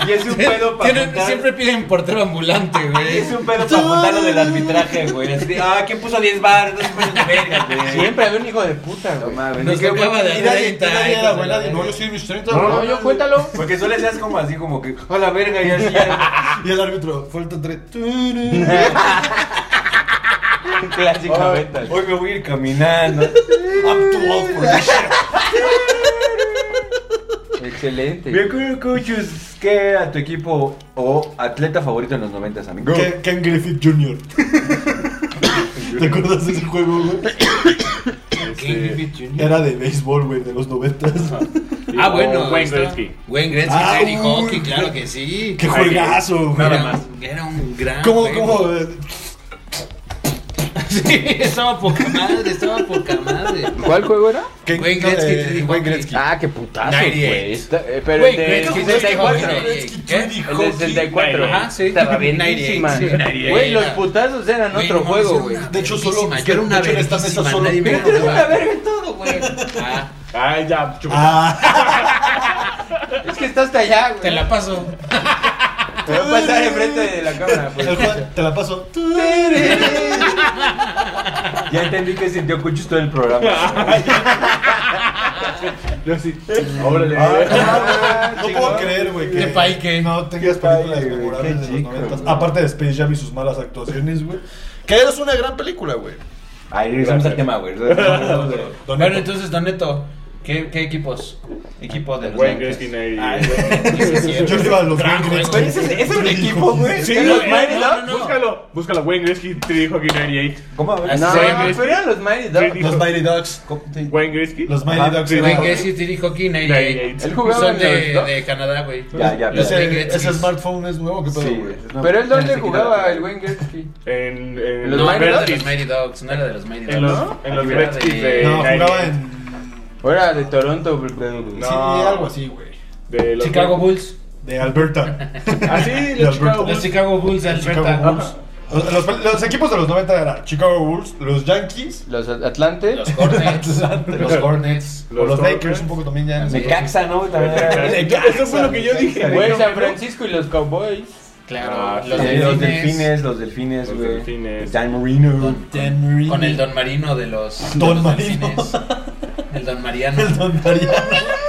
[SPEAKER 3] Y es un pedo para
[SPEAKER 1] Tienen-
[SPEAKER 3] montar-
[SPEAKER 1] siempre piden portero ambulante,
[SPEAKER 3] Y
[SPEAKER 1] güey.
[SPEAKER 3] es un pedo para montar lo del arbitraje, güey. Así de, ah, ¿quién puso 10 bar? No se puso de verga, güey.
[SPEAKER 6] Siempre había un hijo de puta,
[SPEAKER 3] No
[SPEAKER 6] güey.
[SPEAKER 3] mames.
[SPEAKER 1] Nos
[SPEAKER 3] ni que-
[SPEAKER 1] tocaba de
[SPEAKER 4] Y nadie,
[SPEAKER 1] 30,
[SPEAKER 4] nadie
[SPEAKER 1] hijos
[SPEAKER 4] era,
[SPEAKER 1] de
[SPEAKER 4] güey,
[SPEAKER 1] la
[SPEAKER 4] nadie. No,
[SPEAKER 1] verga.
[SPEAKER 4] yo soy en mis 30.
[SPEAKER 6] No, no,
[SPEAKER 4] güey.
[SPEAKER 6] yo cuéntalo.
[SPEAKER 3] Porque solo le das como así, como que, hola verga, y así ya.
[SPEAKER 4] Y el árbitro, falta tres.
[SPEAKER 6] Un clásico
[SPEAKER 3] Hoy
[SPEAKER 6] beta.
[SPEAKER 3] hoy me voy a ir caminando.
[SPEAKER 4] I'm too old for this shit.
[SPEAKER 6] Excelente.
[SPEAKER 3] Bien, cool, coaches. ¿Qué era tu equipo o atleta favorito en los 90, amigo?
[SPEAKER 2] Ken, Ken Griffith Jr.
[SPEAKER 4] ¿Te acuerdas de ese juego, güey?
[SPEAKER 5] Este,
[SPEAKER 4] Era de béisbol, güey, de los noventas.
[SPEAKER 1] Ah, bueno.
[SPEAKER 5] Oh, Wayne
[SPEAKER 1] está-
[SPEAKER 5] Gretzky.
[SPEAKER 1] Wayne Gretzky,
[SPEAKER 4] Ah,
[SPEAKER 1] Terry
[SPEAKER 4] uy,
[SPEAKER 1] Hockey,
[SPEAKER 4] güey.
[SPEAKER 1] claro que sí.
[SPEAKER 4] ¡Qué juegazo, güey!
[SPEAKER 5] Nada
[SPEAKER 1] Era
[SPEAKER 5] más.
[SPEAKER 1] un- Era un gran.
[SPEAKER 4] ¿Cómo,
[SPEAKER 1] juego.
[SPEAKER 4] cómo? eh,
[SPEAKER 1] Sí, estaba poca madre, estaba poca madre.
[SPEAKER 6] ¿Cuál juego era?
[SPEAKER 4] Ken-
[SPEAKER 1] Wayne Gretzky,
[SPEAKER 4] eh,
[SPEAKER 1] Teddy Hockey.
[SPEAKER 4] Wayne Gretzky.
[SPEAKER 6] Ah, qué putazo,
[SPEAKER 1] 98.
[SPEAKER 6] güey. Está- eh, Pero
[SPEAKER 1] Güey,
[SPEAKER 6] el de
[SPEAKER 1] güey,
[SPEAKER 6] el
[SPEAKER 1] ¿cómo
[SPEAKER 4] Gretzky,
[SPEAKER 6] 64.
[SPEAKER 1] Wayne
[SPEAKER 4] Gretzky,
[SPEAKER 1] Gretzky,
[SPEAKER 4] Teddy
[SPEAKER 6] El de
[SPEAKER 4] Hockey.
[SPEAKER 6] 64.
[SPEAKER 1] Ajá, sí.
[SPEAKER 6] Estaba bien
[SPEAKER 1] 98, sí, 98.
[SPEAKER 6] Güey, los putazos eran
[SPEAKER 1] Güey,
[SPEAKER 6] otro
[SPEAKER 1] no,
[SPEAKER 6] juego,
[SPEAKER 1] era
[SPEAKER 6] güey.
[SPEAKER 1] una
[SPEAKER 4] De hecho, solo-
[SPEAKER 1] verguísima, Yo era una
[SPEAKER 4] de hecho, en esta mesa
[SPEAKER 1] verguísima,
[SPEAKER 4] solo-
[SPEAKER 1] nadie me
[SPEAKER 4] Pero tú eres
[SPEAKER 1] acordaba.
[SPEAKER 6] verga en todo, güey.
[SPEAKER 1] Ah,
[SPEAKER 5] Ay, ya, chupa.
[SPEAKER 2] Ah,
[SPEAKER 6] Es que está hasta allá, güey.
[SPEAKER 1] Te la paso.
[SPEAKER 6] Te voy a pasar enfrente de la cámara. pues.
[SPEAKER 4] El Juan, te la paso.
[SPEAKER 3] Ya entendí que sintió cuchos todo el programa.
[SPEAKER 5] Yo sí. Órale.
[SPEAKER 6] Ah,
[SPEAKER 4] No
[SPEAKER 6] chingón.
[SPEAKER 4] puedo creer, güey, que.
[SPEAKER 1] Qué pay que-
[SPEAKER 4] No tengas
[SPEAKER 3] Qué pay,
[SPEAKER 4] películas
[SPEAKER 3] güey,
[SPEAKER 4] memorables
[SPEAKER 3] qué
[SPEAKER 4] de
[SPEAKER 3] chico,
[SPEAKER 4] los noventas.
[SPEAKER 3] güey.
[SPEAKER 4] Aparte de Space Jam y sus malas actuaciones, güey. Que es una gran película, güey.
[SPEAKER 3] Ahí regresamos al tema, güey. Regresamos de-
[SPEAKER 4] Don
[SPEAKER 1] Bueno,
[SPEAKER 4] Neto.
[SPEAKER 1] entonces, Don Neto, ¿qué, qué equipos? Equipo de los
[SPEAKER 5] Wayne
[SPEAKER 1] Yankees.
[SPEAKER 5] Gretzky y-
[SPEAKER 1] Ay, güey, ¿qué es
[SPEAKER 4] Yo
[SPEAKER 1] cierto?
[SPEAKER 4] le iba a los
[SPEAKER 1] Gran
[SPEAKER 4] Yankees.
[SPEAKER 1] juego.
[SPEAKER 4] Ese
[SPEAKER 6] es- ese es un equipo, güey.
[SPEAKER 1] Sí,
[SPEAKER 6] ¿En
[SPEAKER 1] no,
[SPEAKER 6] los Mighty
[SPEAKER 1] no, no, no.
[SPEAKER 5] Búscalo, búscalo, Wayne Gretzky te dijo que 98.
[SPEAKER 3] ¿Cómo?
[SPEAKER 1] Así
[SPEAKER 6] No,
[SPEAKER 1] se llama.
[SPEAKER 6] pero eran los Mighty
[SPEAKER 5] Sí,
[SPEAKER 6] Ducks.
[SPEAKER 5] dijo.
[SPEAKER 4] Los Mighty Ducks.
[SPEAKER 5] Wayne Gretzky.
[SPEAKER 4] Los Mighty
[SPEAKER 3] Ajá.
[SPEAKER 4] Ducks.
[SPEAKER 5] Sí,
[SPEAKER 1] Güey,
[SPEAKER 4] eran-
[SPEAKER 1] que sí, Tiri Hockey, Ney.
[SPEAKER 5] Ney.
[SPEAKER 6] Él jugaba
[SPEAKER 1] Son
[SPEAKER 6] en los
[SPEAKER 1] de,
[SPEAKER 6] Ducks.
[SPEAKER 1] de Canadá, güey.
[SPEAKER 3] Ya, ya,
[SPEAKER 1] Los
[SPEAKER 3] pero-
[SPEAKER 1] Wayne
[SPEAKER 4] Ese,
[SPEAKER 1] Gretzky.
[SPEAKER 4] ese smartphone es nuevo, ¿qué pedo,
[SPEAKER 3] Sí,
[SPEAKER 4] güey?
[SPEAKER 3] no,
[SPEAKER 6] Pero él
[SPEAKER 3] ya se
[SPEAKER 6] dónde
[SPEAKER 3] quitó
[SPEAKER 6] jugaba
[SPEAKER 3] la-
[SPEAKER 6] el Wayne Gretzky.
[SPEAKER 5] En, en
[SPEAKER 6] ¿Los
[SPEAKER 1] No,
[SPEAKER 6] Mighty
[SPEAKER 1] era de
[SPEAKER 6] Ducks?
[SPEAKER 1] los Mighty Dogs, no era de los Mighty Dogs.
[SPEAKER 5] En los, en los
[SPEAKER 1] Era
[SPEAKER 5] Gretzky de.
[SPEAKER 4] No, jugaba
[SPEAKER 5] 98.
[SPEAKER 4] en.
[SPEAKER 6] Fuera de Toronto. bl-
[SPEAKER 4] Sí,
[SPEAKER 6] bl-
[SPEAKER 5] No.
[SPEAKER 4] algo así, güey.
[SPEAKER 5] de los
[SPEAKER 1] Chicago Bulls.
[SPEAKER 4] De Alberta.
[SPEAKER 5] Ah, sí,
[SPEAKER 4] De
[SPEAKER 5] los Chicago
[SPEAKER 4] Alberta.
[SPEAKER 1] Los
[SPEAKER 5] Bulls.
[SPEAKER 1] Chicago Bulls de
[SPEAKER 4] Chicago
[SPEAKER 1] Alberta.
[SPEAKER 4] Bulls. Los, los- los equipos de los 90 eran Chicago Bulls, los Yankees,
[SPEAKER 6] Los At- Atlante.
[SPEAKER 1] Los Hornets.
[SPEAKER 4] los Hornets, o
[SPEAKER 5] Los
[SPEAKER 4] los
[SPEAKER 5] Hornets.
[SPEAKER 4] Lakers, un poco también ya. en-
[SPEAKER 3] Me caxa, ¿no? También era-
[SPEAKER 5] Eso fue lo que yo dije.
[SPEAKER 6] Güey, San Francisco y los Cowboys.
[SPEAKER 1] Claro,
[SPEAKER 5] Ah,
[SPEAKER 1] los,
[SPEAKER 3] Sí,
[SPEAKER 1] delfines,
[SPEAKER 3] Los delfines, los delfines,
[SPEAKER 5] Los
[SPEAKER 3] güey.
[SPEAKER 5] delfines.
[SPEAKER 3] Dan Marino.
[SPEAKER 1] Don-
[SPEAKER 4] Denver.
[SPEAKER 1] Con el Don Marino de los, de
[SPEAKER 4] Don
[SPEAKER 1] los
[SPEAKER 4] Marino.
[SPEAKER 1] delfines. El Don Mariano.
[SPEAKER 4] El Don Mariano.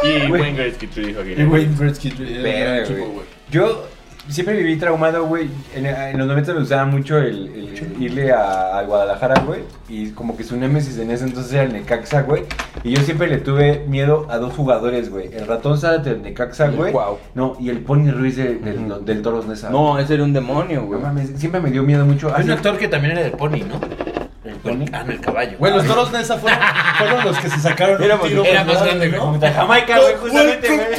[SPEAKER 5] Y Wayne Gretzky te dijo
[SPEAKER 4] Y
[SPEAKER 5] que
[SPEAKER 4] Wayne Gretzky, güey, era un
[SPEAKER 3] Verga,
[SPEAKER 4] equipo,
[SPEAKER 3] güey.
[SPEAKER 4] güey.
[SPEAKER 3] Yo siempre viví traumado, güey. En, en los 90 me gustaba mucho el, el irle a, a Guadalajara, güey. Y como que su némesis en ese entonces era el Necaxa, güey. Y yo siempre le tuve miedo a dos jugadores, güey. El ratón Zárate del Necaxa,
[SPEAKER 6] El
[SPEAKER 3] güey.
[SPEAKER 6] Cuau.
[SPEAKER 3] No, y el Pony Ruiz de- del,
[SPEAKER 6] Ujú.
[SPEAKER 3] del Toros Nesa.
[SPEAKER 6] No, ese era un demonio,
[SPEAKER 3] güey,
[SPEAKER 6] güey.
[SPEAKER 3] mames, siempre me dio miedo mucho.
[SPEAKER 1] Hay un
[SPEAKER 3] Ah,
[SPEAKER 1] actor que también era del pony, ¿no?
[SPEAKER 3] ¿El Pony?
[SPEAKER 1] Ah, no, el caballo.
[SPEAKER 4] Güey, los toros Nesa fueron, fueron los que se sacaron
[SPEAKER 3] Éramos-
[SPEAKER 4] un tiro.
[SPEAKER 1] era más
[SPEAKER 4] ¿verdad,
[SPEAKER 1] grande, güey.
[SPEAKER 4] no?
[SPEAKER 3] Contra Jamaica, güey, justamente,
[SPEAKER 4] Welcome
[SPEAKER 3] güey.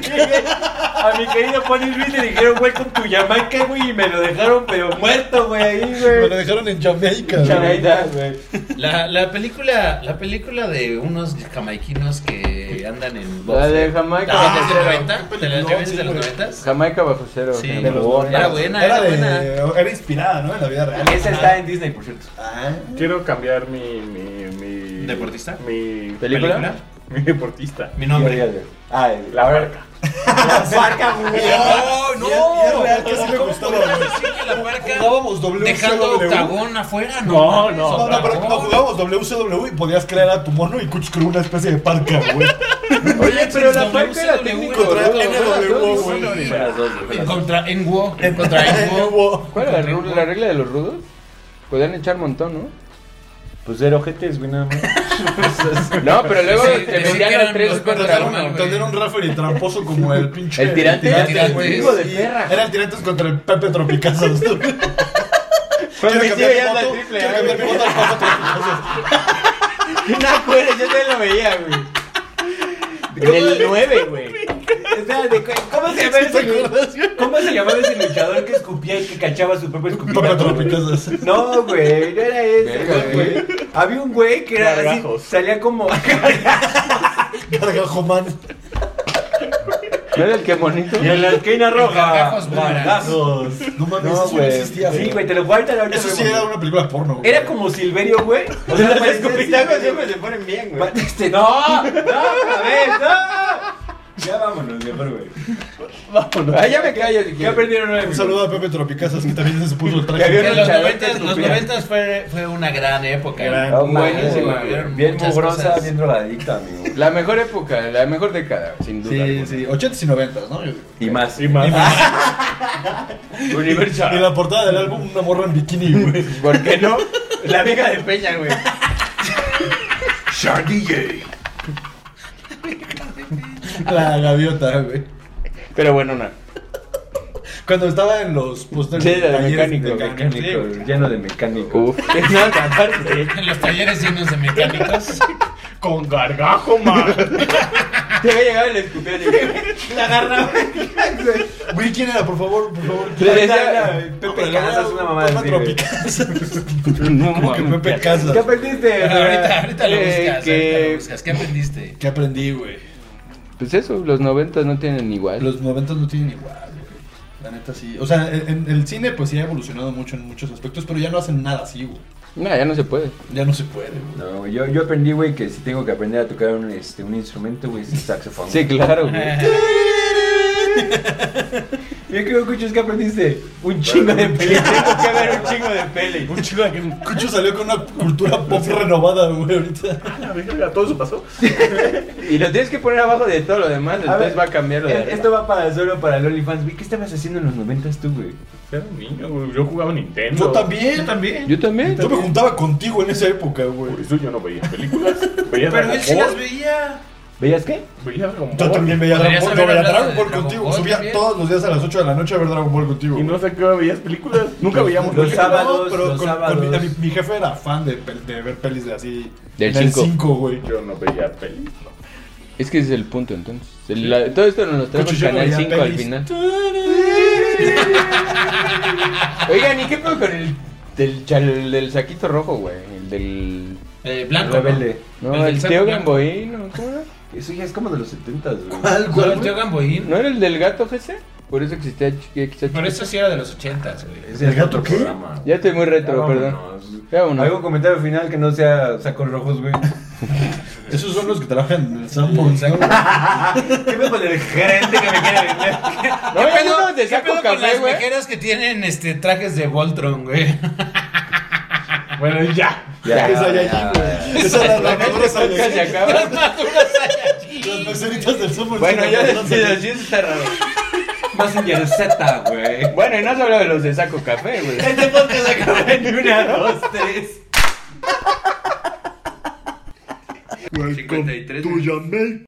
[SPEAKER 4] to
[SPEAKER 3] A mi querido Pony Ruiz le dijeron, welcome to Jamaica, güey. Y me lo dejaron, pero muerto, güey, ahí,
[SPEAKER 4] Me
[SPEAKER 3] güey.
[SPEAKER 4] lo dejaron en Jamaica. güey.
[SPEAKER 3] Jamaica, güey.
[SPEAKER 1] La, la película la película de unos jamaiquinos que andan en
[SPEAKER 6] La
[SPEAKER 1] boxeo.
[SPEAKER 6] de Jamaica
[SPEAKER 1] ¿También
[SPEAKER 6] bajo
[SPEAKER 1] es de los
[SPEAKER 6] cero.
[SPEAKER 1] 90? ¿Te las
[SPEAKER 4] No,
[SPEAKER 1] llevas
[SPEAKER 4] sí,
[SPEAKER 1] de los
[SPEAKER 4] güey.
[SPEAKER 1] 90?
[SPEAKER 6] Jamaica bajo cero.
[SPEAKER 1] Sí.
[SPEAKER 6] güey.
[SPEAKER 1] De los
[SPEAKER 6] Bota.
[SPEAKER 1] Era buena,
[SPEAKER 4] Era,
[SPEAKER 1] era buena.
[SPEAKER 4] de, era inspirada, ¿no? En la vida real.
[SPEAKER 3] Esa está en Disney, por cierto.
[SPEAKER 4] Ah.
[SPEAKER 5] Quiero cambiar mi. mi, mi
[SPEAKER 1] ¿Deportista?
[SPEAKER 5] Mi.
[SPEAKER 6] ¿Película?
[SPEAKER 5] Mi deportista.
[SPEAKER 1] Mi nombre.
[SPEAKER 3] Ah, la barca. La barca, güey.
[SPEAKER 1] No, no.
[SPEAKER 4] Y es- y es real que sí le gustaba, güey.
[SPEAKER 1] Sí, que la marca
[SPEAKER 4] Jugábamos WCW.
[SPEAKER 1] dejando octagón afuera,
[SPEAKER 5] No,
[SPEAKER 1] no.
[SPEAKER 5] no.
[SPEAKER 4] No, no, pero no jugábamos WCW y podías crear a tu mono y cuchcrear una especie de parca, güey.
[SPEAKER 6] Oye, pero la
[SPEAKER 1] Sí,
[SPEAKER 6] parca era
[SPEAKER 1] sí,
[SPEAKER 6] técnico.
[SPEAKER 1] güey.
[SPEAKER 4] Contra
[SPEAKER 6] güey.
[SPEAKER 4] NWO, güey.
[SPEAKER 1] En contra en Wo, en contra en Wo.
[SPEAKER 4] Hubo-
[SPEAKER 6] ¿Cuál era la regla, la regla de los rudos? Podían echar montón, ¿no?
[SPEAKER 3] Pues era ojetes, güey, nada más.
[SPEAKER 6] No, pero luego
[SPEAKER 1] Sí,
[SPEAKER 6] te
[SPEAKER 1] sí, sí,
[SPEAKER 6] metían a
[SPEAKER 1] eran
[SPEAKER 6] tres
[SPEAKER 1] los
[SPEAKER 6] contra
[SPEAKER 1] contra
[SPEAKER 6] uno.
[SPEAKER 1] uno.
[SPEAKER 4] Tener un referee tramposo como el pinche.
[SPEAKER 6] El tirante.
[SPEAKER 4] el
[SPEAKER 1] El
[SPEAKER 4] güey.
[SPEAKER 1] tirante. Hijo
[SPEAKER 3] de
[SPEAKER 4] Sí,
[SPEAKER 3] perra.
[SPEAKER 4] Era el tirantes contra el Pepe Tropicazos. Quiero
[SPEAKER 6] mi tío
[SPEAKER 4] cambiar mi
[SPEAKER 6] ya es la
[SPEAKER 4] moto,
[SPEAKER 6] triple
[SPEAKER 4] quiero
[SPEAKER 6] A,
[SPEAKER 4] cambiar mi
[SPEAKER 6] güey.
[SPEAKER 4] moto al Pepe Tropicazos.
[SPEAKER 6] No, güey, yo también lo veía, güey. En el 9, güey.
[SPEAKER 3] Espérate, güey, ¿cómo se llama ese güey? ¿Cómo se llamaba ese luchador que escupía y que cachaba su propio
[SPEAKER 4] Pepe
[SPEAKER 3] escupida?
[SPEAKER 4] Tropicazos.
[SPEAKER 3] No, güey, no era ese,
[SPEAKER 6] Verga,
[SPEAKER 3] güey. Había un güey que era así,
[SPEAKER 5] Gargajos.
[SPEAKER 3] salía como...
[SPEAKER 4] Gargajo man.
[SPEAKER 6] ¿No era el que bonito?
[SPEAKER 3] Y en la esquina roja.
[SPEAKER 1] Gargajos varas.
[SPEAKER 4] No mames,
[SPEAKER 3] No,
[SPEAKER 4] eso no
[SPEAKER 3] güey.
[SPEAKER 4] existía.
[SPEAKER 3] Sí, güey, te lo guardan ahorita.
[SPEAKER 4] Eso sí
[SPEAKER 3] güey.
[SPEAKER 4] era una película porno, güey.
[SPEAKER 3] Era como Silverio, güey. O sea,
[SPEAKER 6] Los
[SPEAKER 3] parecía
[SPEAKER 6] escupitajos
[SPEAKER 3] Silverio,
[SPEAKER 6] siempre se ponen bien, güey.
[SPEAKER 3] Este, no, no, a ver, no. Ya vámonos, mejor, güey.
[SPEAKER 6] Ah, ya me callo, si
[SPEAKER 3] ¿Qué
[SPEAKER 6] quieres.
[SPEAKER 3] aprendieron hoy?
[SPEAKER 4] Un saludo a Pepe Tropicazos que también se puso el traje.
[SPEAKER 6] Que había
[SPEAKER 1] En los
[SPEAKER 6] Luchador
[SPEAKER 1] 90 los
[SPEAKER 6] escupía.
[SPEAKER 1] noventas fue, fue una gran época.
[SPEAKER 4] Gran.
[SPEAKER 1] güey.
[SPEAKER 6] Buenísima,
[SPEAKER 1] Hubo-
[SPEAKER 6] güey.
[SPEAKER 1] hubieron
[SPEAKER 3] Bien
[SPEAKER 1] muchas
[SPEAKER 3] mugrosa,
[SPEAKER 1] cosas.
[SPEAKER 3] bien drogadicta, amigo.
[SPEAKER 6] La mejor época, la mejor década, sin duda.
[SPEAKER 4] Sí,
[SPEAKER 6] alguna.
[SPEAKER 4] sí, 80s y 90s, ¿no? Yo digo.
[SPEAKER 3] Y más.
[SPEAKER 5] Y más.
[SPEAKER 4] Y
[SPEAKER 6] Universal.
[SPEAKER 4] la portada del álbum, una morra en bikini, güey.
[SPEAKER 6] ¿Por qué no? La vieja de Peña, güey.
[SPEAKER 4] La gaviota, güey.
[SPEAKER 6] Pero bueno, no.
[SPEAKER 4] Cuando estaba en los postales.
[SPEAKER 6] Sí, la de
[SPEAKER 4] talleres
[SPEAKER 6] mecánico,
[SPEAKER 4] de sí,
[SPEAKER 3] Mecánico,
[SPEAKER 4] güey.
[SPEAKER 3] lleno de mecánico.
[SPEAKER 6] Uf. No, aparte.
[SPEAKER 1] En los talleres llenos de mecánicos.
[SPEAKER 5] Con gargajo, man.
[SPEAKER 6] Te había llegado el escupión y la agarraba.
[SPEAKER 4] Güey, ¿quién era? Por favor, por favor.
[SPEAKER 6] Le decía,
[SPEAKER 3] Pepe Casas, una mamá
[SPEAKER 4] Pepe
[SPEAKER 3] así, güey.
[SPEAKER 4] Tropicazos.
[SPEAKER 6] No,
[SPEAKER 4] Como que Pepe Casas.
[SPEAKER 3] ¿Qué aprendiste?
[SPEAKER 1] ahorita, ahorita lo
[SPEAKER 6] Eh,
[SPEAKER 1] buscas, ahorita
[SPEAKER 6] que-
[SPEAKER 1] lo buscas. ¿Qué aprendiste?
[SPEAKER 4] ¿Qué aprendí, güey?
[SPEAKER 6] Pues eso, los noventas no tienen igual.
[SPEAKER 4] Los 90 no tienen igual, güey. La neta sí. O sea, en, en el cine pues sí ha evolucionado mucho en muchos aspectos, pero ya no hacen nada así, güey.
[SPEAKER 6] No, ya no se puede.
[SPEAKER 4] Ya no se puede, güey.
[SPEAKER 3] No, güey, yo, yo aprendí, güey, que si tengo que aprender a tocar un, este, un instrumento, güey, es el saxofón.
[SPEAKER 6] Sí, claro, güey.
[SPEAKER 3] Yo creo, Cucho, es que aprendiste un chingo de películas.
[SPEAKER 6] que ver un chingo de peli.
[SPEAKER 4] Un chico de que Cucho salió con una cultura pop renovada, güey, ahorita.
[SPEAKER 5] A la verga, todo eso pasó.
[SPEAKER 6] Y lo tienes que poner abajo de todo lo demás, entonces va a cambiar lo de arriba.
[SPEAKER 3] Esto va para solo para el OnlyFans. Güey, ¿qué estabas haciendo en los noventas tú, güey?
[SPEAKER 5] Era un niño, güey. Yo jugaba Nintendo.
[SPEAKER 4] Yo también, también.
[SPEAKER 6] Yo también.
[SPEAKER 4] Yo me juntaba contigo en esa época, güey.
[SPEAKER 5] Por eso yo no veía películas. Veía
[SPEAKER 4] Pero él sí
[SPEAKER 5] Dragon
[SPEAKER 4] las
[SPEAKER 5] Ball,
[SPEAKER 4] veía.
[SPEAKER 3] ¿Veías qué?
[SPEAKER 5] Veía Dragon Ball.
[SPEAKER 4] Yo también veía Dragon
[SPEAKER 1] Podrías
[SPEAKER 4] Ball. Yo
[SPEAKER 1] haber
[SPEAKER 4] veía
[SPEAKER 1] hablado
[SPEAKER 4] Dragon
[SPEAKER 1] de
[SPEAKER 4] Ball
[SPEAKER 1] Dragon
[SPEAKER 4] contigo.
[SPEAKER 1] Ball
[SPEAKER 4] Subía
[SPEAKER 1] también.
[SPEAKER 4] todos los días a las 8 de la noche a ver Dragon Ball contigo.
[SPEAKER 5] Y no
[SPEAKER 4] güey.
[SPEAKER 5] sé qué veías películas. Nunca veíamos
[SPEAKER 3] Los
[SPEAKER 5] películas.
[SPEAKER 3] sábados,
[SPEAKER 4] pero
[SPEAKER 3] los
[SPEAKER 4] con-
[SPEAKER 3] sábados.
[SPEAKER 4] con mi, mi- mi jefe era fan de, pel- de ver pelis de así.
[SPEAKER 6] Del
[SPEAKER 4] en el
[SPEAKER 6] cinco.
[SPEAKER 4] 5, güey.
[SPEAKER 5] Yo no veía pelis.
[SPEAKER 6] Es que ese es el punto, entonces. El- la- todo esto nos lo trajo
[SPEAKER 4] Cucho, yo
[SPEAKER 6] el
[SPEAKER 4] no
[SPEAKER 6] Canal
[SPEAKER 4] veía
[SPEAKER 6] 5 al
[SPEAKER 4] pelis.
[SPEAKER 6] final. Oigan, ¿y qué pedo con el del, chal- del saquito rojo, güey? El del...
[SPEAKER 1] Eh, blanco.
[SPEAKER 3] Rebelde.
[SPEAKER 6] No,
[SPEAKER 1] El del
[SPEAKER 6] el,
[SPEAKER 1] saco
[SPEAKER 6] tío
[SPEAKER 1] blanco.
[SPEAKER 6] Gamboíno. ¿Cómo era?
[SPEAKER 3] Eso ya es como de los setentas, güey.
[SPEAKER 1] No, el tío Gamboín.
[SPEAKER 6] ¿No era el del gato ese? Por eso existía... ch- que existía
[SPEAKER 1] Pero
[SPEAKER 6] ch-
[SPEAKER 1] eso sí era de los ochentas, güey.
[SPEAKER 3] Es
[SPEAKER 4] ¿El gato qué?
[SPEAKER 3] programa.
[SPEAKER 6] Ya estoy muy retro, perdón. Ya vámonos.
[SPEAKER 3] ¿Algún comentario final que no sea sacos rojos, güey?
[SPEAKER 4] Esos son los que trabajan en el Sanborns. ¿no?
[SPEAKER 3] ¿Qué me con el gerente que me quiere vender?
[SPEAKER 6] No, ya no, de
[SPEAKER 1] ¿Qué
[SPEAKER 6] saco
[SPEAKER 1] pedo con
[SPEAKER 6] café,
[SPEAKER 1] las
[SPEAKER 6] güey.
[SPEAKER 1] mujeres que tienen este trajes de Voltron, güey?
[SPEAKER 5] Bueno, y ya.
[SPEAKER 3] Ya,
[SPEAKER 4] Esa ya,
[SPEAKER 3] ya,
[SPEAKER 4] güey. Esa era la
[SPEAKER 6] Este
[SPEAKER 4] mejor
[SPEAKER 6] podcast se
[SPEAKER 4] Saiyajin.
[SPEAKER 6] acaba.
[SPEAKER 4] Las meseritas del Sanborns.
[SPEAKER 6] Bueno,
[SPEAKER 4] eran
[SPEAKER 6] ya
[SPEAKER 4] las
[SPEAKER 6] decido,
[SPEAKER 4] Saiyajin.
[SPEAKER 6] sí, eso está raro.
[SPEAKER 3] Más en Yaroseta, güey.
[SPEAKER 6] Bueno, y no has hablado de los de saco café, güey.
[SPEAKER 3] Este podcast acaba en una, dos, tres.
[SPEAKER 2] Welcome
[SPEAKER 1] 53.
[SPEAKER 2] to Jamaica.